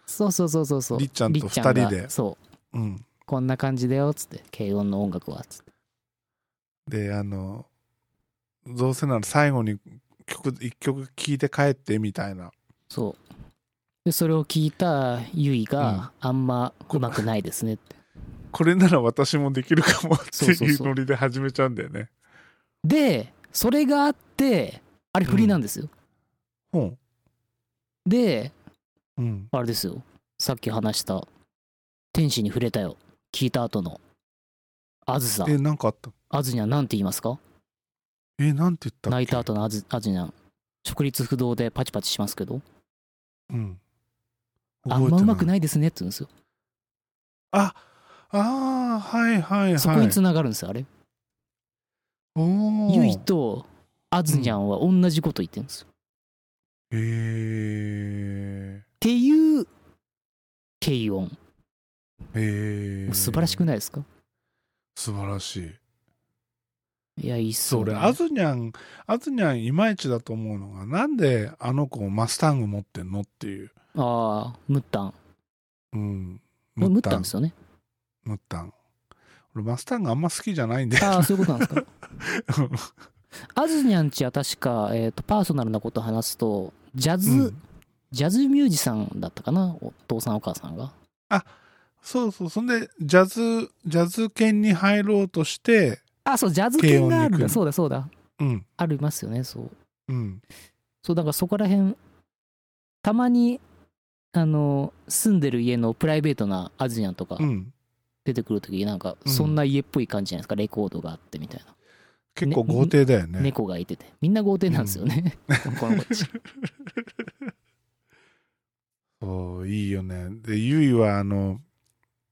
Speaker 2: そうそうそうそうそう
Speaker 1: りっちゃんと
Speaker 2: りっちゃが
Speaker 1: 二人で
Speaker 2: そう
Speaker 1: うん。
Speaker 2: こんな感じだよっつって軽音の音楽はっつって
Speaker 1: で、あの、どうせなら最後に曲、一曲聴いて帰ってみたいな。
Speaker 2: そうでそれを聞いたゆいが、あんまうまくないですねって
Speaker 1: これなら私もできるかもって
Speaker 2: そうそう
Speaker 1: いう
Speaker 2: そう
Speaker 1: ノリで始めちゃうんだよね。
Speaker 2: でそれがあってあれ振りなんですよ、
Speaker 1: うん。
Speaker 2: で
Speaker 1: うん。
Speaker 2: あれですよさっき話した「天使に触れたよ」聞いた後のあずさ
Speaker 1: え、なんかあった
Speaker 2: あずにゃんなんて言いますか
Speaker 1: え、なんて言ったっけ
Speaker 2: 泣いた後のあずあずにゃん直立不動でパチパチしますけど
Speaker 1: うん。
Speaker 2: あんまうまく
Speaker 1: い。
Speaker 2: ないですねって言うんですよ、
Speaker 1: あ、ああ、はいはいはい。
Speaker 2: そこにつながるんですよあれ
Speaker 1: おー
Speaker 2: ゆいとあずにゃんは同じこと言ってるんですよ、
Speaker 1: へえ。
Speaker 2: っていう軽音
Speaker 1: へえ。
Speaker 2: 素晴らしくないですか
Speaker 1: 素晴らしい。
Speaker 2: いや、いいっす
Speaker 1: そ
Speaker 2: よね、
Speaker 1: れあずにゃんあずにゃんいまいちだと思うのがなんであの子マスタング持ってんのっていう
Speaker 2: ああ、ムッタン。
Speaker 1: うん
Speaker 2: ムッタンですよね。
Speaker 1: ムッタン俺マスタングあんま好きじゃないんで
Speaker 2: ああ、そういうことなんですか。あずにゃんちは確か、えー、とパーソナルなことを話すと、ジャズ、
Speaker 1: うん
Speaker 2: ジャズミュージシャンだったかな、お父さん、お母さんが。
Speaker 1: そうそうそんでジャズジャズ圏に入ろうとして
Speaker 2: あそう、ジャズ犬がある
Speaker 1: 軽音
Speaker 2: ん
Speaker 1: に行
Speaker 2: だ。
Speaker 1: く
Speaker 2: そうだ、そうだ。
Speaker 1: うん
Speaker 2: ありますよね、そう。
Speaker 1: うん
Speaker 2: そう、だからそこら辺、たまに、あの、住んでる家のプライベートなあずにゃんとか
Speaker 1: うん
Speaker 2: 出てくるときに、なんか、
Speaker 1: うん
Speaker 2: そんな家っぽい感じじゃないですか、レコードがあってみたいな。
Speaker 1: 結構豪邸だよね
Speaker 2: 猫がいててみんな豪邸なんですよね、この子 たち
Speaker 1: そういいよねでゆいはあの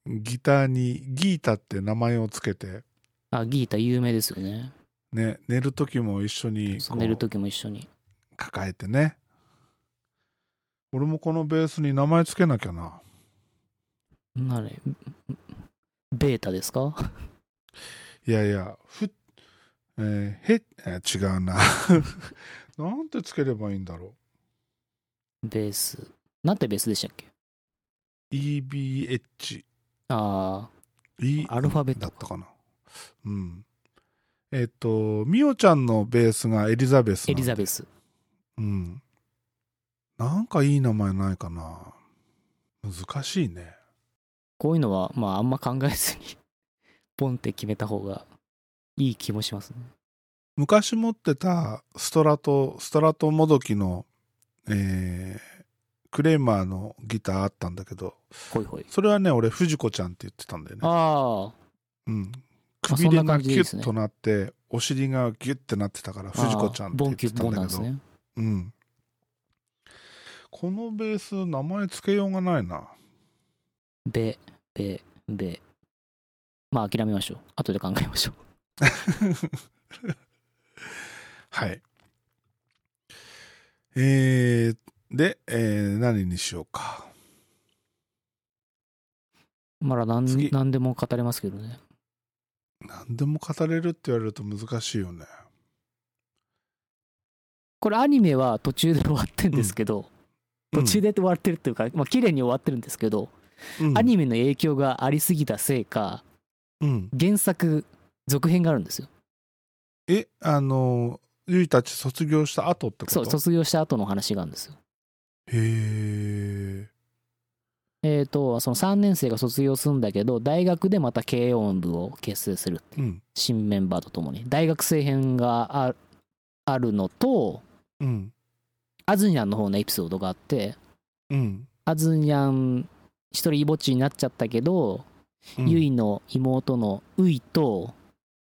Speaker 1: ギターにギータって名前をつけて
Speaker 2: あギータ有名ですよね
Speaker 1: ね寝る時も一緒にこう
Speaker 2: 寝る時も一緒に
Speaker 1: 抱えてね俺もこのベースに名前つけなきゃな
Speaker 2: なれベータですか
Speaker 1: いやいやふえーへえー違うな なんてつければいいんだろ
Speaker 2: ベースなんてベースでしたっけ
Speaker 1: う EBH
Speaker 2: あ
Speaker 1: E
Speaker 2: アルファベットか
Speaker 1: だったかなうんえっ、とみおちゃんのベースがエリザベス
Speaker 2: ーエリザ
Speaker 1: ベ
Speaker 2: ベス
Speaker 1: スうんなんかいい名前ないかな難しいね
Speaker 2: こういうのはまあ あんま考えずにポンって決めた方がいい気もしますね
Speaker 1: 昔持ってたストラト、ストラトもどきの、えークレーマーのギターあったんだけど、
Speaker 2: ほいほい。
Speaker 1: それはね、俺、藤子ちゃんって言ってたんだよね。
Speaker 2: あ
Speaker 1: うん。
Speaker 2: あ
Speaker 1: く
Speaker 2: そ
Speaker 1: び
Speaker 2: ん
Speaker 1: れ
Speaker 2: な
Speaker 1: が
Speaker 2: 感じ
Speaker 1: ギ
Speaker 2: でいい
Speaker 1: ュ
Speaker 2: ですね
Speaker 1: ッとなって、お尻がギュッてなってたから、
Speaker 2: あ。
Speaker 1: 藤子ちゃんって
Speaker 2: ボ
Speaker 1: 言っ
Speaker 2: ンキ
Speaker 1: て
Speaker 2: ュッ
Speaker 1: た
Speaker 2: ボ
Speaker 1: ん
Speaker 2: ンな
Speaker 1: だ
Speaker 2: ん
Speaker 1: け
Speaker 2: です
Speaker 1: ど。
Speaker 2: ね。
Speaker 1: うん。このベース、名前つけようがないな。
Speaker 2: べ、べ、べ。まあ諦めましょう。後で考えましょう。
Speaker 1: はい。えー、で、えー何にしようか。
Speaker 2: まだなん
Speaker 1: 次
Speaker 2: 何でも語れますけどね。
Speaker 1: 何でも語れるって言われると難しいよね。
Speaker 2: これアニメは途中で終わってんですけど、
Speaker 1: うん
Speaker 2: 途中で終わってるっていうか、まあ綺麗に終わってるんですけど、
Speaker 1: うん
Speaker 2: アニメの影響がありすぎたせいか、
Speaker 1: うん。
Speaker 2: 原作、続編があるんですよ。
Speaker 1: え、あの、ゆいたち卒業した後ってこと
Speaker 2: そう、卒業した後の話があるんですよ。
Speaker 1: へえ。
Speaker 2: えっ、と、その3年生が卒業するんだけど、大学でまた軽音部を結成するっていう
Speaker 1: うん。
Speaker 2: 新メンバーとともに。大学生編がああるのと、
Speaker 1: うん。
Speaker 2: アズニャンの方のエピソードがあって、
Speaker 1: うん。
Speaker 2: アズニャン一人ぼっちになっちゃったけど、
Speaker 1: うん
Speaker 2: ユイの妹のウイと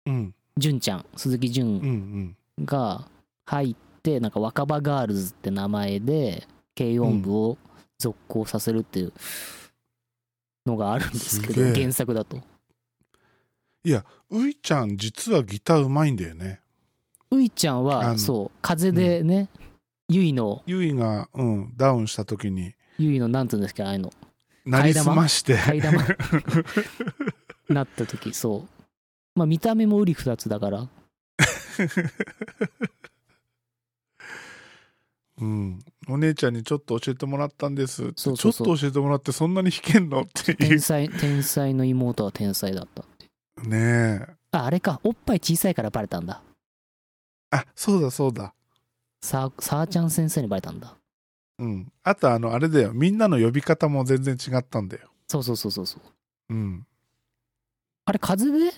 Speaker 1: うん。
Speaker 2: ジュンちゃん鈴木ジュ
Speaker 1: う
Speaker 2: ン
Speaker 1: ん。うん。
Speaker 2: が入ってなんか若葉ガールズって名前で軽音部を続行させるっていうのがあるんですけど、
Speaker 1: すげえ
Speaker 2: 原作だと
Speaker 1: ういちゃん、実はギターうまいんだよね。
Speaker 2: ウイちゃん
Speaker 1: あ
Speaker 2: は
Speaker 1: の
Speaker 2: そう風邪でね、ユイの
Speaker 1: ゆいが、うん、ダウンした時に、
Speaker 2: ユイのなんて言うんですかああいうの
Speaker 1: なりすまして。
Speaker 2: 替え玉なった時そうまあ見た目もウリ二つだから
Speaker 1: うん、お姉ちゃんにちょっと教えてもらったんですって
Speaker 2: そうそうそう
Speaker 1: ちょっと教えてもらってそんなに弾けんのっていう
Speaker 2: 天才天才の妹は天才だったって
Speaker 1: ねえ
Speaker 2: ああれかおっぱい小さいからバレたんだ
Speaker 1: あそうだそうだ
Speaker 2: さあさあちゃん先生にバレたんだ
Speaker 1: うんあとあのあれだよみんなの呼び方も全然違ったんだよ
Speaker 2: そうそうそうそうそう
Speaker 1: うん
Speaker 2: あれ風で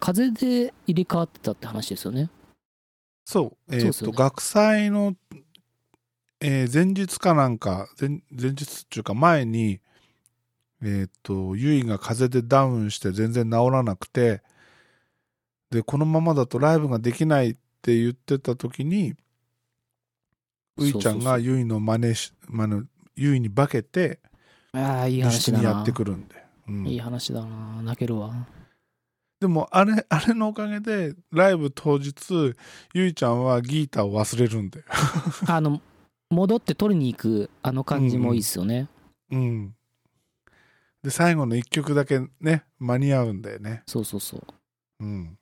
Speaker 2: 風で入れ替わってたって話ですよね
Speaker 1: そうえっ、
Speaker 2: そうっす
Speaker 1: と、
Speaker 2: よね
Speaker 1: 学祭の、えー前日かなんか前前日っていうか前にえっ、とゆいが風邪でダウンして全然治らなくてでこのままだとライブができないって言ってた時にういちゃんがゆいの真似し真似ゆいに化けて
Speaker 2: ああいい
Speaker 1: 一
Speaker 2: 話
Speaker 1: 緒
Speaker 2: だ
Speaker 1: に
Speaker 2: な
Speaker 1: やってくるんで、うん
Speaker 2: いい話だな泣けるわ
Speaker 1: でもあれあれのおかげでライブ当日ゆいちゃんはギーターを忘れるんで
Speaker 2: あの戻って取りに行くあの感じもいいっすよね、
Speaker 1: うんで最後の1曲だけね間に合うんだよね
Speaker 2: そうそうそう
Speaker 1: うん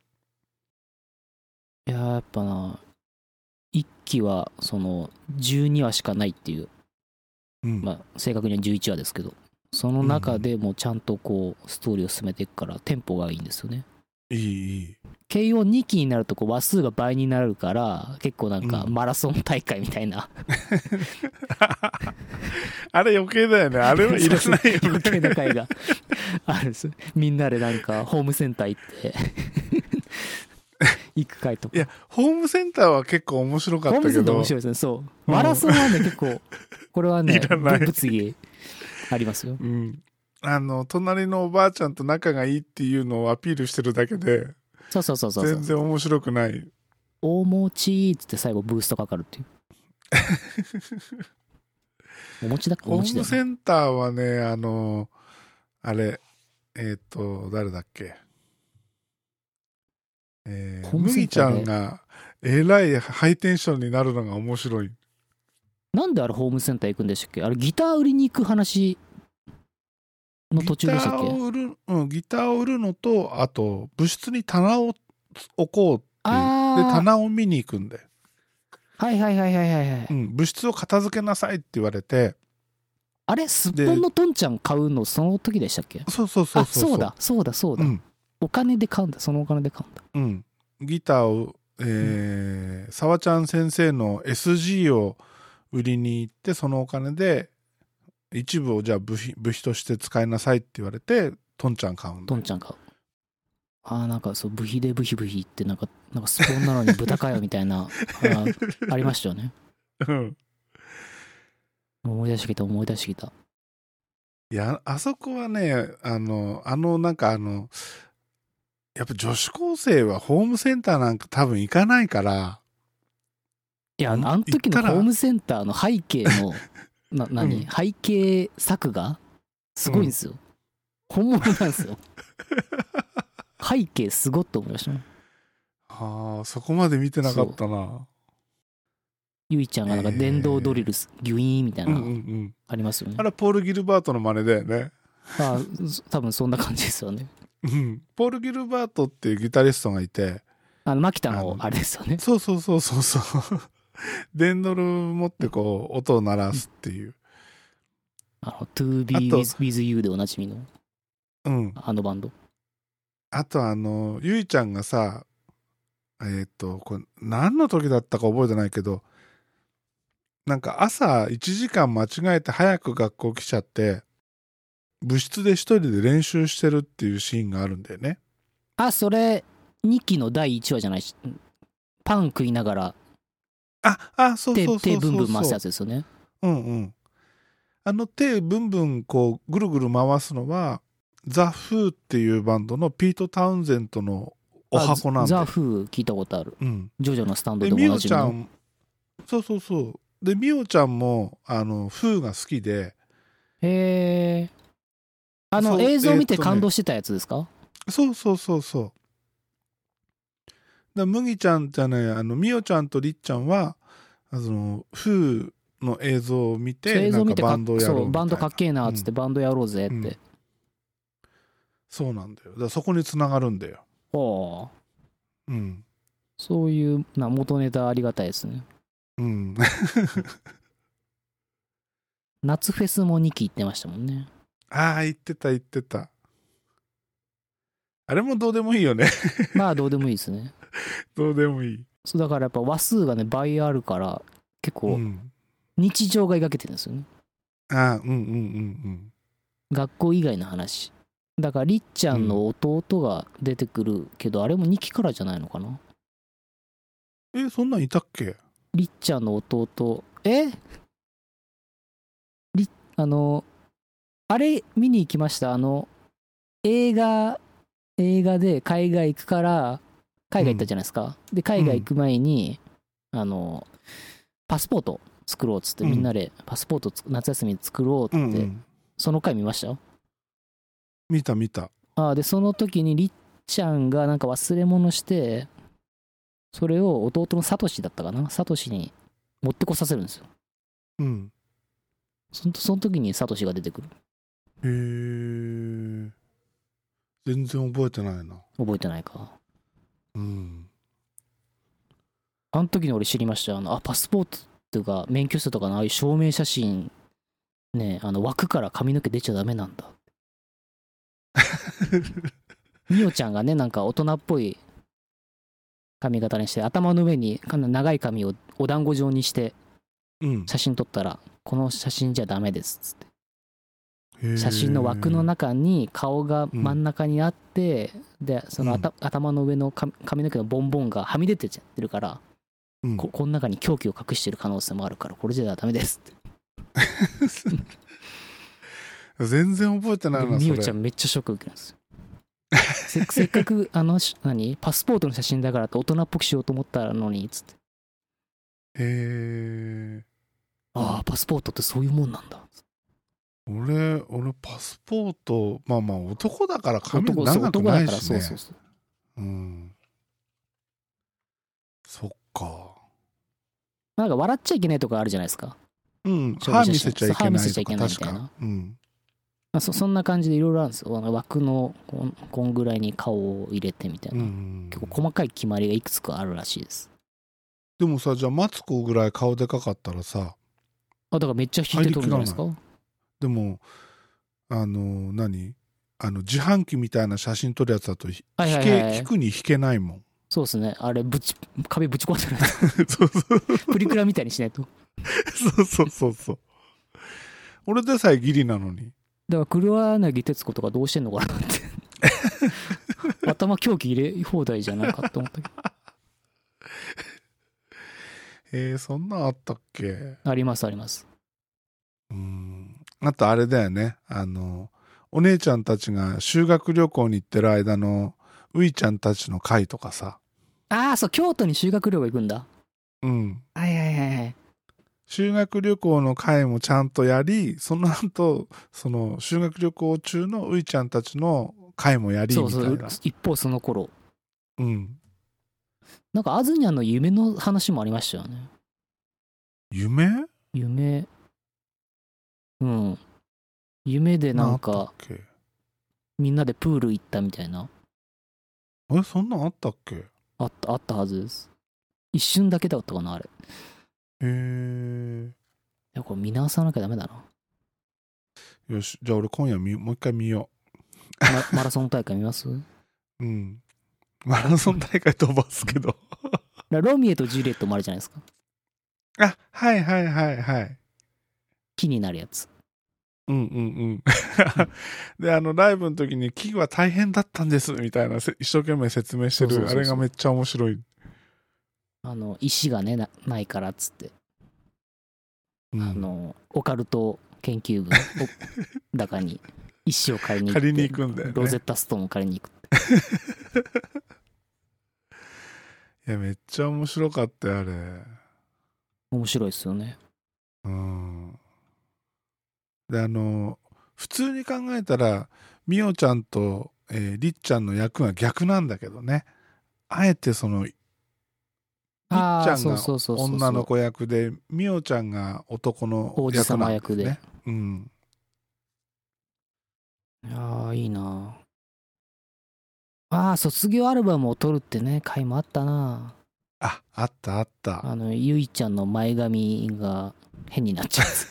Speaker 2: いやーやっぱな1期はその12話しかないっていう、
Speaker 1: うん、
Speaker 2: まあ、正確には11話ですけどその中でもちゃんとこうストーリーを進めていくからテンポがいいんですよね
Speaker 1: いいいい
Speaker 2: KO2 期になるとこう話数が倍になるから結構なんか
Speaker 1: うん
Speaker 2: マラソン大会みた いな、
Speaker 1: あれ余計だよねあれはいら ないよね
Speaker 2: 余計な会が あるんですみんなでなんかホームセンター行って 行く会と
Speaker 1: い
Speaker 2: か
Speaker 1: やホームセンターは結構面白かっ
Speaker 2: ホ
Speaker 1: た
Speaker 2: ームセ
Speaker 1: け
Speaker 2: ンター
Speaker 1: ど
Speaker 2: 面白いですねそうマラソンはね結構これは ね
Speaker 1: いらない
Speaker 2: 物議ありますよ
Speaker 1: うんあの隣のおばあちゃんと仲がいいっていうのをアピールしてるだけで
Speaker 2: そうそうそうそうそう
Speaker 1: 全然面白くない
Speaker 2: お餅っつって最後ブーストかか るっていうお餅だっけお
Speaker 1: ホー
Speaker 2: 餅だ
Speaker 1: ム
Speaker 2: よね
Speaker 1: センターはね、あの、あれ、えっ、と、誰だっけ。えー、
Speaker 2: ホームセン
Speaker 1: 麦ち
Speaker 2: タ
Speaker 1: ゃ
Speaker 2: ーで
Speaker 1: んが、えらいハイテンションになるのが面白い。
Speaker 2: なんであれホームセンター行くんでしたっけあれギター売りに行く話の途中でしたっ
Speaker 1: ギタ
Speaker 2: け
Speaker 1: ーを売る、うん、ギターを売るのと、あと、部室に棚を置こうっていう。で、
Speaker 2: あ
Speaker 1: 棚を見に行くんで。
Speaker 2: あはいはいはいはいはいは
Speaker 1: う
Speaker 2: い
Speaker 1: ん、部室を片付けなさいって言われて、
Speaker 2: あれすっぽんのトンちゃん買うのその時でしたっけ
Speaker 1: そうそうそう
Speaker 2: あ
Speaker 1: そう。
Speaker 2: そうだ。そうだそう
Speaker 1: う
Speaker 2: だ
Speaker 1: ん、
Speaker 2: お金で買うんだそのお金で買うんだ
Speaker 1: うん、ギターを、えー沢ちゃん先生の SG を売りに行ってそのお金で一部をじゃあ部費部費として使いなさいって言われてトンちゃん買うんだ
Speaker 2: トンちゃん買うああなんかそうブヒでブヒブヒってなんかなんかスポンなのに豚かよみたいなあーありましたよね
Speaker 1: うん。
Speaker 2: 思い出してきた思い出してきた
Speaker 1: いや、あそこはね、あの、あの、なんかあの、やっぱ女子高生はホームセンターなんか多分行かないから、
Speaker 2: いやあのあの時
Speaker 1: 行
Speaker 2: の
Speaker 1: ったら
Speaker 2: ホームセンターの背景のな何、
Speaker 1: うん
Speaker 2: 背景作画すごいんですよ、本物なんですよ背景すごっと思いましたもん
Speaker 1: ああ、そこまで見てなかったな。
Speaker 2: ゆいちゃんがなんか電動ドリルすギュイーンみたい
Speaker 1: うん
Speaker 2: な
Speaker 1: うんう
Speaker 2: の
Speaker 1: ん。
Speaker 2: ありますよね、
Speaker 1: あれはポール・ギルバートの真似だよね。
Speaker 2: あそ多分そんな感じですよね
Speaker 1: うん。ポール・ギルバートっていうギタリストがいて、
Speaker 2: あの牧田の
Speaker 1: あの
Speaker 2: あれですよね
Speaker 1: そうそうそうそうそう。デンドル持ってこう、音を鳴らすっていう。
Speaker 2: あの To
Speaker 1: あ
Speaker 2: be
Speaker 1: と
Speaker 2: with, with you でおなじみの
Speaker 1: うん。
Speaker 2: あのバンド
Speaker 1: あとあの、ゆいちゃんがさ、えーっ、と、これ何の時だったか覚えてないけど、なんか朝1時間間違えて早く学校来ちゃって、部室で一人で練習してるっていうシーンがあるんだよね。
Speaker 2: あそれ2期の第1話じゃないしパン食いながら
Speaker 1: あ、あ、そう
Speaker 2: 手
Speaker 1: そうそうそう
Speaker 2: 手
Speaker 1: そう。
Speaker 2: ブンブン回すやつですよね
Speaker 1: うんうん。あの手ブンブンこうぐるぐる回すのは、ザ・フーっていうバンドのピート・タウンゼントのお箱なん
Speaker 2: あ
Speaker 1: だ
Speaker 2: ザ・
Speaker 1: よ。
Speaker 2: フー聞いたことある
Speaker 1: うん。
Speaker 2: ジョジョのスタンド
Speaker 1: で
Speaker 2: でも
Speaker 1: み
Speaker 2: 同
Speaker 1: お
Speaker 2: じ
Speaker 1: ちゃ
Speaker 2: の
Speaker 1: んそうそうそうでみおちゃんもあのフーが好きで
Speaker 2: へえあの
Speaker 1: そう
Speaker 2: 映像見
Speaker 1: えー
Speaker 2: て
Speaker 1: っとね
Speaker 2: 感動してたやつですか、
Speaker 1: そうそうそうそうだ麦ちゃんじゃないあのみおちゃんとりっちゃんはあのフーの映像を見
Speaker 2: そう
Speaker 1: て
Speaker 2: 映
Speaker 1: な
Speaker 2: 像
Speaker 1: ん
Speaker 2: 見
Speaker 1: か
Speaker 2: てか
Speaker 1: バンドをや
Speaker 2: そ
Speaker 1: ろうみ
Speaker 2: う
Speaker 1: たい
Speaker 2: バンド
Speaker 1: な
Speaker 2: かっけえなっつってバンドやろうぜって、
Speaker 1: うんそうなんだよだからそこにつながるんだよ
Speaker 2: ほう
Speaker 1: うん
Speaker 2: そういうな元ネタありがたいですね
Speaker 1: うん
Speaker 2: 夏フェスも2期行ってましたも んね
Speaker 1: ああ言ってた言ってたあれもどうでもいいよね
Speaker 2: まあどうでもいいですね
Speaker 1: どうでもいい、
Speaker 2: そうだからやっぱ話数がね倍あるから結
Speaker 1: う
Speaker 2: 構
Speaker 1: ん、
Speaker 2: 日常が描けてるんですよね、
Speaker 1: ああうんうんうん
Speaker 2: 学校以外の話だからりっちゃんの弟が出てくるけど、あれも2期からじゃないのかな
Speaker 1: うんえそんなんいたっけ
Speaker 2: りっちゃんの弟えりあのあれ見に行きましたあの映画映画で海外行くから海外行ったじゃないですか、で海外行く前に、あのパスポート作ろうっつって、
Speaker 1: うん
Speaker 2: みんなでパスポートつ夏休みに作ろうって、
Speaker 1: うんうん、
Speaker 2: その回見ました
Speaker 1: 見た見た
Speaker 2: ああでその時にりっちゃんがなんか忘れ物してそれを弟のサトシだったかなサトシに持ってこさせるんですよ
Speaker 1: うん
Speaker 2: そのその時にサトシが出てくる
Speaker 1: へえ全然覚えてないな
Speaker 2: 覚えてないか
Speaker 1: うん
Speaker 2: あの時に俺知りましたよあのあパスポートっていうか免許証とかのああいう証明写真ねあの枠から髪の毛出ちゃダメなんだみおちゃんがねなんか大人っぽい髪型にして頭の上にかなり長い髪をお団子状にして
Speaker 1: うん
Speaker 2: 写真撮ったらこの写真じゃダメですっつって写真の枠の中に顔が真ん中にあって、でそのあた頭の上のか髪の毛のボンボンがはみ出てっちゃってるから、
Speaker 1: うん
Speaker 2: ここの中に凶器を隠してる可能性もあるからこれじゃダメですって
Speaker 1: 全然覚えてない
Speaker 2: で
Speaker 1: な
Speaker 2: み
Speaker 1: そ
Speaker 2: ゆちゃ
Speaker 1: れ
Speaker 2: んめっちゃショック受けるんですよせ せっかくあのし何パスポートの写真だからって大人っぽくしようと思ったのにつって
Speaker 1: へえ
Speaker 2: ああパスポートってそういうもんなんだ
Speaker 1: 俺俺パスポートまあまあ男だから髪
Speaker 2: 男そう
Speaker 1: 長くないし
Speaker 2: そう
Speaker 1: ね
Speaker 2: そうそう
Speaker 1: うんそっか
Speaker 2: なんか笑っちゃいけないとかあるじゃないですか
Speaker 1: うん
Speaker 2: 証
Speaker 1: 歯
Speaker 2: 明写真
Speaker 1: 見せちゃいけ
Speaker 2: 歯見
Speaker 1: な
Speaker 2: せ
Speaker 1: い
Speaker 2: ちゃ
Speaker 1: と
Speaker 2: いけ
Speaker 1: か
Speaker 2: ない
Speaker 1: 確
Speaker 2: みたい
Speaker 1: か
Speaker 2: な
Speaker 1: うん
Speaker 2: まあ、そそんな感じでいろいろあるんですよあの枠のこんこんぐらいに顔を入れてみたいうな、
Speaker 1: ん
Speaker 2: 結構細かい決まりがいくつかあるらしいです
Speaker 1: でもさじゃあマツコぐらい顔でかかったらさ
Speaker 2: あだからめっちゃ引いて撮るんじゃないですか
Speaker 1: でもあの何あの自販機みたいな写真撮るやつだとひ
Speaker 2: はい
Speaker 1: 引
Speaker 2: はいはい
Speaker 1: け引くに引けないもん
Speaker 2: そうですねあれぶち壁ぶち壊さないと
Speaker 1: そうそう
Speaker 2: プリクラみたいにしないとだか
Speaker 1: そうそうそうそう俺でさえギリなのに
Speaker 2: ら黒柳徹子とかどうしてんのかなって 頭狂気入れ放題じゃないかと思ったけ
Speaker 1: えー、そんなんあったっけ
Speaker 2: ど。ありますあります。
Speaker 1: うん。あとあれだよね。あの、お姉ちゃんたちが修学旅行に行ってる間の、ういちゃんたちの会とかさ。
Speaker 2: ああ、そう、京都に修学旅行行くんだ。
Speaker 1: うん。
Speaker 2: はいはいはいはい。
Speaker 1: 修学旅行の会もちゃんとやり、その後、その修学旅行中のういちゃんたちの会もやり、み
Speaker 2: そう
Speaker 1: た
Speaker 2: そ
Speaker 1: いうな。、
Speaker 2: 一方その頃。
Speaker 1: うん。
Speaker 2: なんか、あずにゃんの夢の話もありましたよね。
Speaker 1: 夢
Speaker 2: 夢。うん。夢でなん
Speaker 1: あった
Speaker 2: か
Speaker 1: っ、け
Speaker 2: みんなでプール行ったみたいな。
Speaker 1: え、そんなんあったっけへ
Speaker 2: あった、あったはずです。一瞬だけだったかな、あれ。い
Speaker 1: え。
Speaker 2: や、これ見直さなきゃダメだな。
Speaker 1: よし、じゃあ俺今夜見ようもう一回見よ
Speaker 2: ママラソン大会見ます
Speaker 1: う。うん。マラソン大会飛ばすけど。
Speaker 2: だロミエとジュリエットもあるじゃないですか。
Speaker 1: あ、はいはいはいはい。
Speaker 2: 木になるやつ。
Speaker 1: うんうん うん。で、あの、ライブの時に、器具は大変だったんです、みたいな、せ一生懸命説明して
Speaker 2: そうそう
Speaker 1: る。
Speaker 2: そう
Speaker 1: あ
Speaker 2: そう
Speaker 1: れがめっちゃ面白い。
Speaker 2: あの、石がね、なないからっつって。
Speaker 1: うん
Speaker 2: あの、オカルト研 究部のお中に石を借りに行って。
Speaker 1: 借りに行くんだよね
Speaker 2: ロゼッタストーンを借りに行く。
Speaker 1: いや、めっちゃ面白かったよ、あれ。
Speaker 2: 面白いですよね。
Speaker 1: うん。で、あの、普通に考えたら、みおちゃんと、えーりっちゃんの役が逆なんだけどね。あえてその、りっち
Speaker 2: あー
Speaker 1: ゃん
Speaker 2: そう
Speaker 1: が
Speaker 2: そうそうそうそう
Speaker 1: 女の子役で、みおちゃんが男の
Speaker 2: 王子
Speaker 1: 役
Speaker 2: 様
Speaker 1: なん
Speaker 2: 役
Speaker 1: だよ
Speaker 2: で
Speaker 1: ね。。うん。
Speaker 2: ああ、いいなああ、卒業アルバムを撮るってね、回もあったな
Speaker 1: あ、あったあった。
Speaker 2: あの、ゆいちゃんの前髪が変になっちゃ うやつ。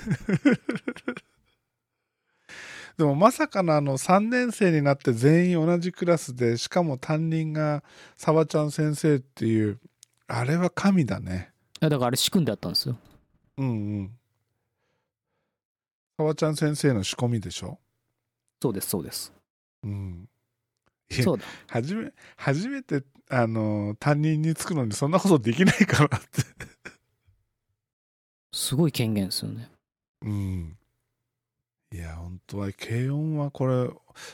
Speaker 1: でもまさかのあの3年生になって全員同じクラスでしかも担任が沢ちゃん先生っていうあれは神だね
Speaker 2: いやだからあれ仕組んであったんですよ。
Speaker 1: うんうん沢ちゃん先生の仕込みでしょ
Speaker 2: そうです、そうです。
Speaker 1: うんいや
Speaker 2: そうだ。
Speaker 1: 初め初めてあの担任につくのにそんなことできないからって
Speaker 2: すごい権限ですよね。
Speaker 1: うんいや本当は軽音はこれ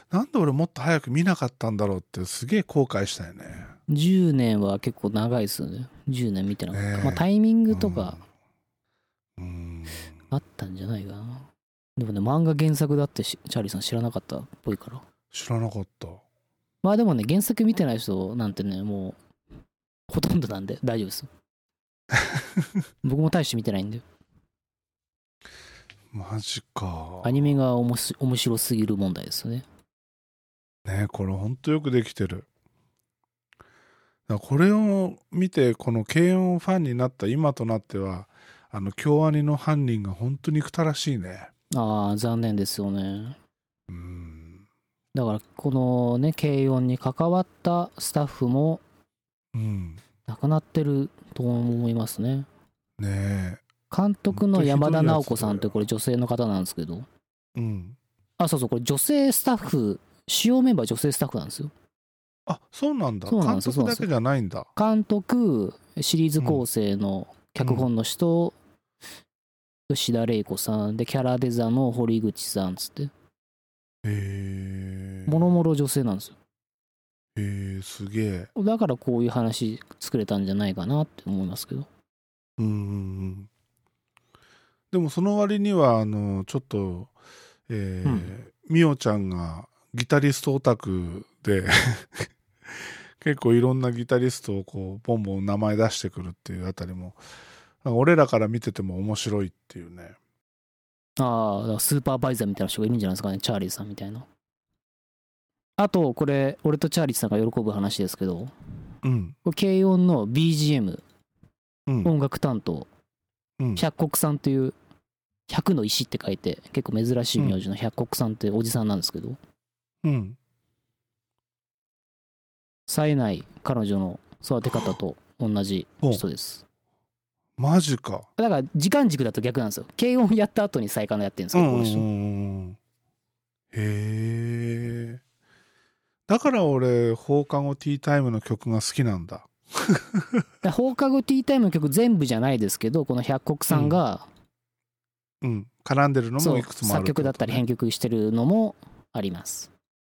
Speaker 1: なんで俺もっと早く見なかったんだろうってすげえ後悔したよね
Speaker 2: 10年は結構長いですよね。10年見てなかった。
Speaker 1: ねえ
Speaker 2: まあタイミングとか
Speaker 1: うんうん
Speaker 2: あったんじゃないかな。でもね、漫画原作だってしチャーリーさん知らなかったっぽいから。
Speaker 1: 知らなかった
Speaker 2: まあでもね、原作見てない人なんてね、もう、ほとんどなんで大丈夫ですよ。僕も大して見てないんで。
Speaker 1: マジか
Speaker 2: アニメがおもし面白すぎる問題ですよね。
Speaker 1: ねこれほんとよくできてるだからこれを見てこの軽音ファンになった今となってはあの京アニの犯人が本当に憎たらしいね
Speaker 2: ああ、残念ですよね。
Speaker 1: うん
Speaker 2: だから、このね、軽音に関わったスタッフも
Speaker 1: うん
Speaker 2: 亡くなってると思いますね。
Speaker 1: ね
Speaker 2: 監督の山田直子さんってこれ女性の方なんですけど、
Speaker 1: えうん
Speaker 2: あ、そうそう、これ女性スタッフ、主要メンバー女性スタッフなんですよ。
Speaker 1: あそうなんだ
Speaker 2: そうなん
Speaker 1: 監
Speaker 2: です
Speaker 1: 督だけじゃないんだ
Speaker 2: 監督シリーズ構成の脚本の人、吉田玲子さんでキャラデザの堀口さんつって
Speaker 1: へえ
Speaker 2: もろもろ女性なんですよ
Speaker 1: へえすげえ
Speaker 2: だからこういう話作れたんじゃないかなって思いますけど
Speaker 1: うんうんうんでもその割にはあのちょっとえー
Speaker 2: うん
Speaker 1: みおちゃんがギタリストオタクで 結構いろんなギタリストをこうボンボン名前出してくるっていうあたりもなんか俺らから見てても面白いっていうね
Speaker 2: ああだからスーパーバイザーみたいな人がいるんじゃないですかねチャーリーさんみたいなあとこれ俺とチャーリーさんが喜ぶ話ですけど
Speaker 1: うん
Speaker 2: これ軽音の BGM
Speaker 1: うん
Speaker 2: 音楽担当
Speaker 1: うん
Speaker 2: 百国さんという百の石って書いて結構珍しい名字の百国さんっておじさんなんですけど
Speaker 1: うん
Speaker 2: 冴えない彼女の育て方と同じ人です。
Speaker 1: マジか
Speaker 2: だから時間軸だと逆なんですよ。軽音やった後に再開のやってるんです
Speaker 1: う
Speaker 2: けど、
Speaker 1: んうん
Speaker 2: こ
Speaker 1: う
Speaker 2: の人
Speaker 1: んうんへえだから俺、放課後ティータイムの曲が好きなんだ。
Speaker 2: ら放課後ティータイムの曲全部じゃないですけどこの百国さんが、
Speaker 1: うん。絡んでるの
Speaker 2: そ
Speaker 1: も
Speaker 2: う
Speaker 1: いくつもある
Speaker 2: 作曲だったり編
Speaker 1: 曲。
Speaker 2: 曲してるのもあります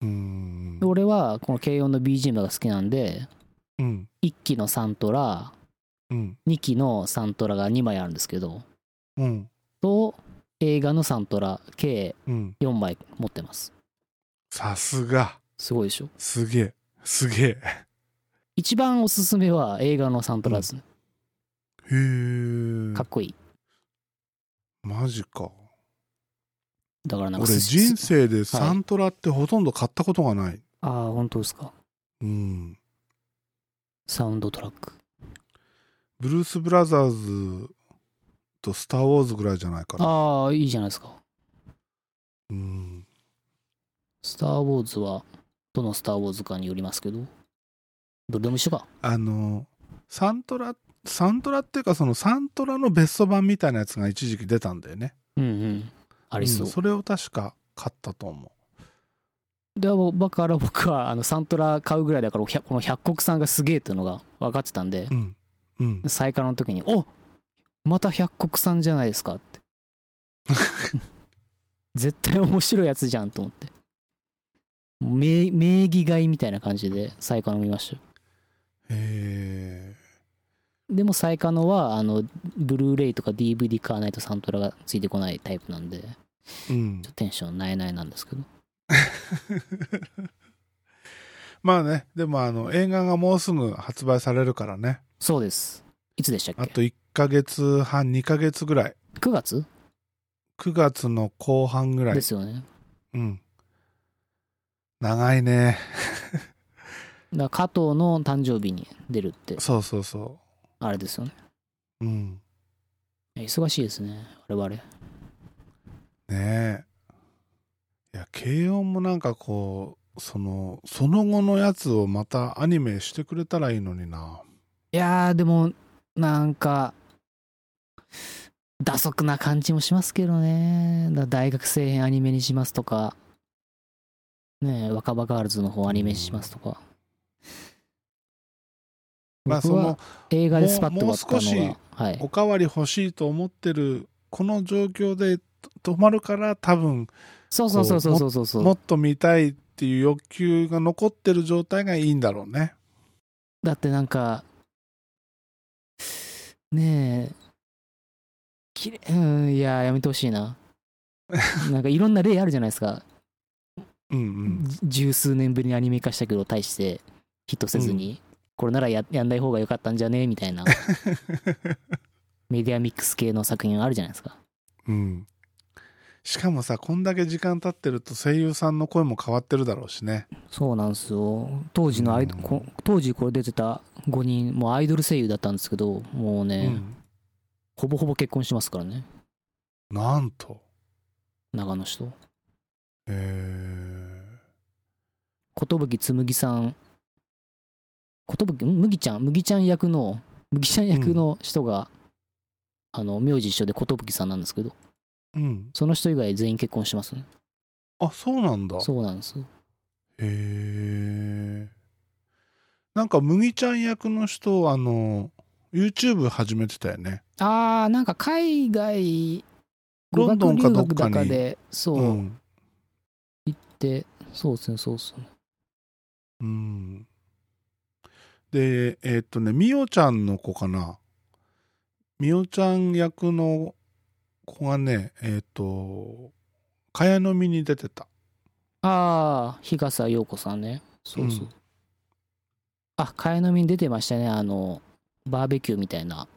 Speaker 1: うーん
Speaker 2: で。俺はこの軽音の BGM が好きなんで
Speaker 1: うん。
Speaker 2: 1期のサントラ
Speaker 1: うん。
Speaker 2: 2期のサントラが2枚あるんですけど
Speaker 1: うん。
Speaker 2: と映画のサントラ計
Speaker 1: うん。
Speaker 2: 4枚持ってます
Speaker 1: さすが。
Speaker 2: すごいでしょ
Speaker 1: すげえ。すげえ。へ
Speaker 2: 一番おすすめは映画のサントラですね、
Speaker 1: え
Speaker 2: か。っこいい
Speaker 1: マジか。
Speaker 2: だからなんか
Speaker 1: 俺、
Speaker 2: す
Speaker 1: 人
Speaker 2: す
Speaker 1: 生でサントラってほとんど買ったことがない。
Speaker 2: ああ本当ですか
Speaker 1: うん。
Speaker 2: サウンドトラック
Speaker 1: ブルース・ブラザーズとスター・ウォーズぐらいじゃないかな。
Speaker 2: ああいいじゃないですか
Speaker 1: うん。
Speaker 2: 「スター・ウォーズ」はどの「スター・ウォーズ」かによりますけどどれでも一緒か
Speaker 1: あの、サントラ、サントラっていうか、そのサントラのベスト版みたいなやつが一時期出たんだよね。
Speaker 2: うんうんありそう、
Speaker 1: んそれを確か買ったと思
Speaker 2: でだから僕はあのサントラ買うぐらいだからひゃこの百国さんがすげえっていうのが分かってたんで
Speaker 1: う。うん。うん。
Speaker 2: 再開の時に「おまた百国さんじゃないですか」って 絶対面白いやつじゃんと思って名名義買いみたいな感じで再開の見ましたよ
Speaker 1: へえ。
Speaker 2: でも再可能はあのブルーレイとか DVD 買わないとサントラがついてこないタイプなんでちょ
Speaker 1: うん
Speaker 2: っと。テンションないないなんですけど
Speaker 1: まあね、でもあの、映画がもうすぐ発売されるからね。
Speaker 2: そうですいつでした
Speaker 1: あ
Speaker 2: っけ
Speaker 1: と1ヶ月半、2ヶ月ぐらい。
Speaker 2: 9月
Speaker 1: 9月の後半ぐらい
Speaker 2: で。すよね
Speaker 1: うん。長いね。
Speaker 2: だから加藤の誕生日に出るって
Speaker 1: そうそうそ
Speaker 2: あれですよね
Speaker 1: う。うん。
Speaker 2: 忙しいですね我々
Speaker 1: ねえ。いや、軽音もなんかこう、その、その後のやつをまたアニメしてくれたらいいのにな。
Speaker 2: いやーでもなんか打足な感じもしますけどねだ大学生編アニメにしますとかねえ若葉ガールズの方アニメにしますとか、
Speaker 1: まあそ
Speaker 2: 僕は
Speaker 1: の、
Speaker 2: 映画でスパッと終
Speaker 1: もう
Speaker 2: わったの
Speaker 1: もう
Speaker 2: ははい
Speaker 1: おかわり欲しいと思ってる、この状況で止まるから多分、
Speaker 2: そうそうそうそうそうそうそう
Speaker 1: もっと見たいっていう欲求が残ってる状態がいいんだろうね。
Speaker 2: だってなんかねえきれうんいやーやめてほし いななんかいろんな例あるじゃないですか
Speaker 1: うんうん。
Speaker 2: じ十数年ぶりにアニメ化したけど対してヒットせずに、これならややんない方が良かったんじゃねみた いなメディアミックス系の作品あるじゃないですか
Speaker 1: うん。しかもさ、こんだけ時間経ってると声優さんの声も変わってるだろうしね。
Speaker 2: そうなんですよ当時のアイド、
Speaker 1: うん
Speaker 2: こ当時これ出てた5人もうアイドル声優だったんですけどもうね、
Speaker 1: うん。
Speaker 2: ほぼほぼ結婚してますからね
Speaker 1: なんと。
Speaker 2: 長野市と
Speaker 1: へえ。
Speaker 2: 寿紬さん寿ん麦ちゃん麦ちゃん役の麦ちゃん役の人が、あの名字一緒で寿さんなんですけど
Speaker 1: うん。
Speaker 2: その人以外全員結婚してますね
Speaker 1: あ、そうなんだ。
Speaker 2: そうなんですよ
Speaker 1: へえ。なんか、麦ちゃん役の人、あの、YouTube 始めてたよね。
Speaker 2: あーなんか海外語
Speaker 1: ロンド
Speaker 2: 学
Speaker 1: ン
Speaker 2: 留
Speaker 1: かどっ
Speaker 2: 学
Speaker 1: か
Speaker 2: だ
Speaker 1: に
Speaker 2: かでそう、
Speaker 1: うん。
Speaker 2: 行ってそうですねそうですね
Speaker 1: うん。で、えーっとね、みおちゃんの子かな。みおちゃん役の子がね、えーっと、かやのみに出てた。
Speaker 2: ああ日笠陽子さんねそうそ
Speaker 1: う
Speaker 2: う、
Speaker 1: ん
Speaker 2: あ替えのみに出てましたねあのバーベキューみたいな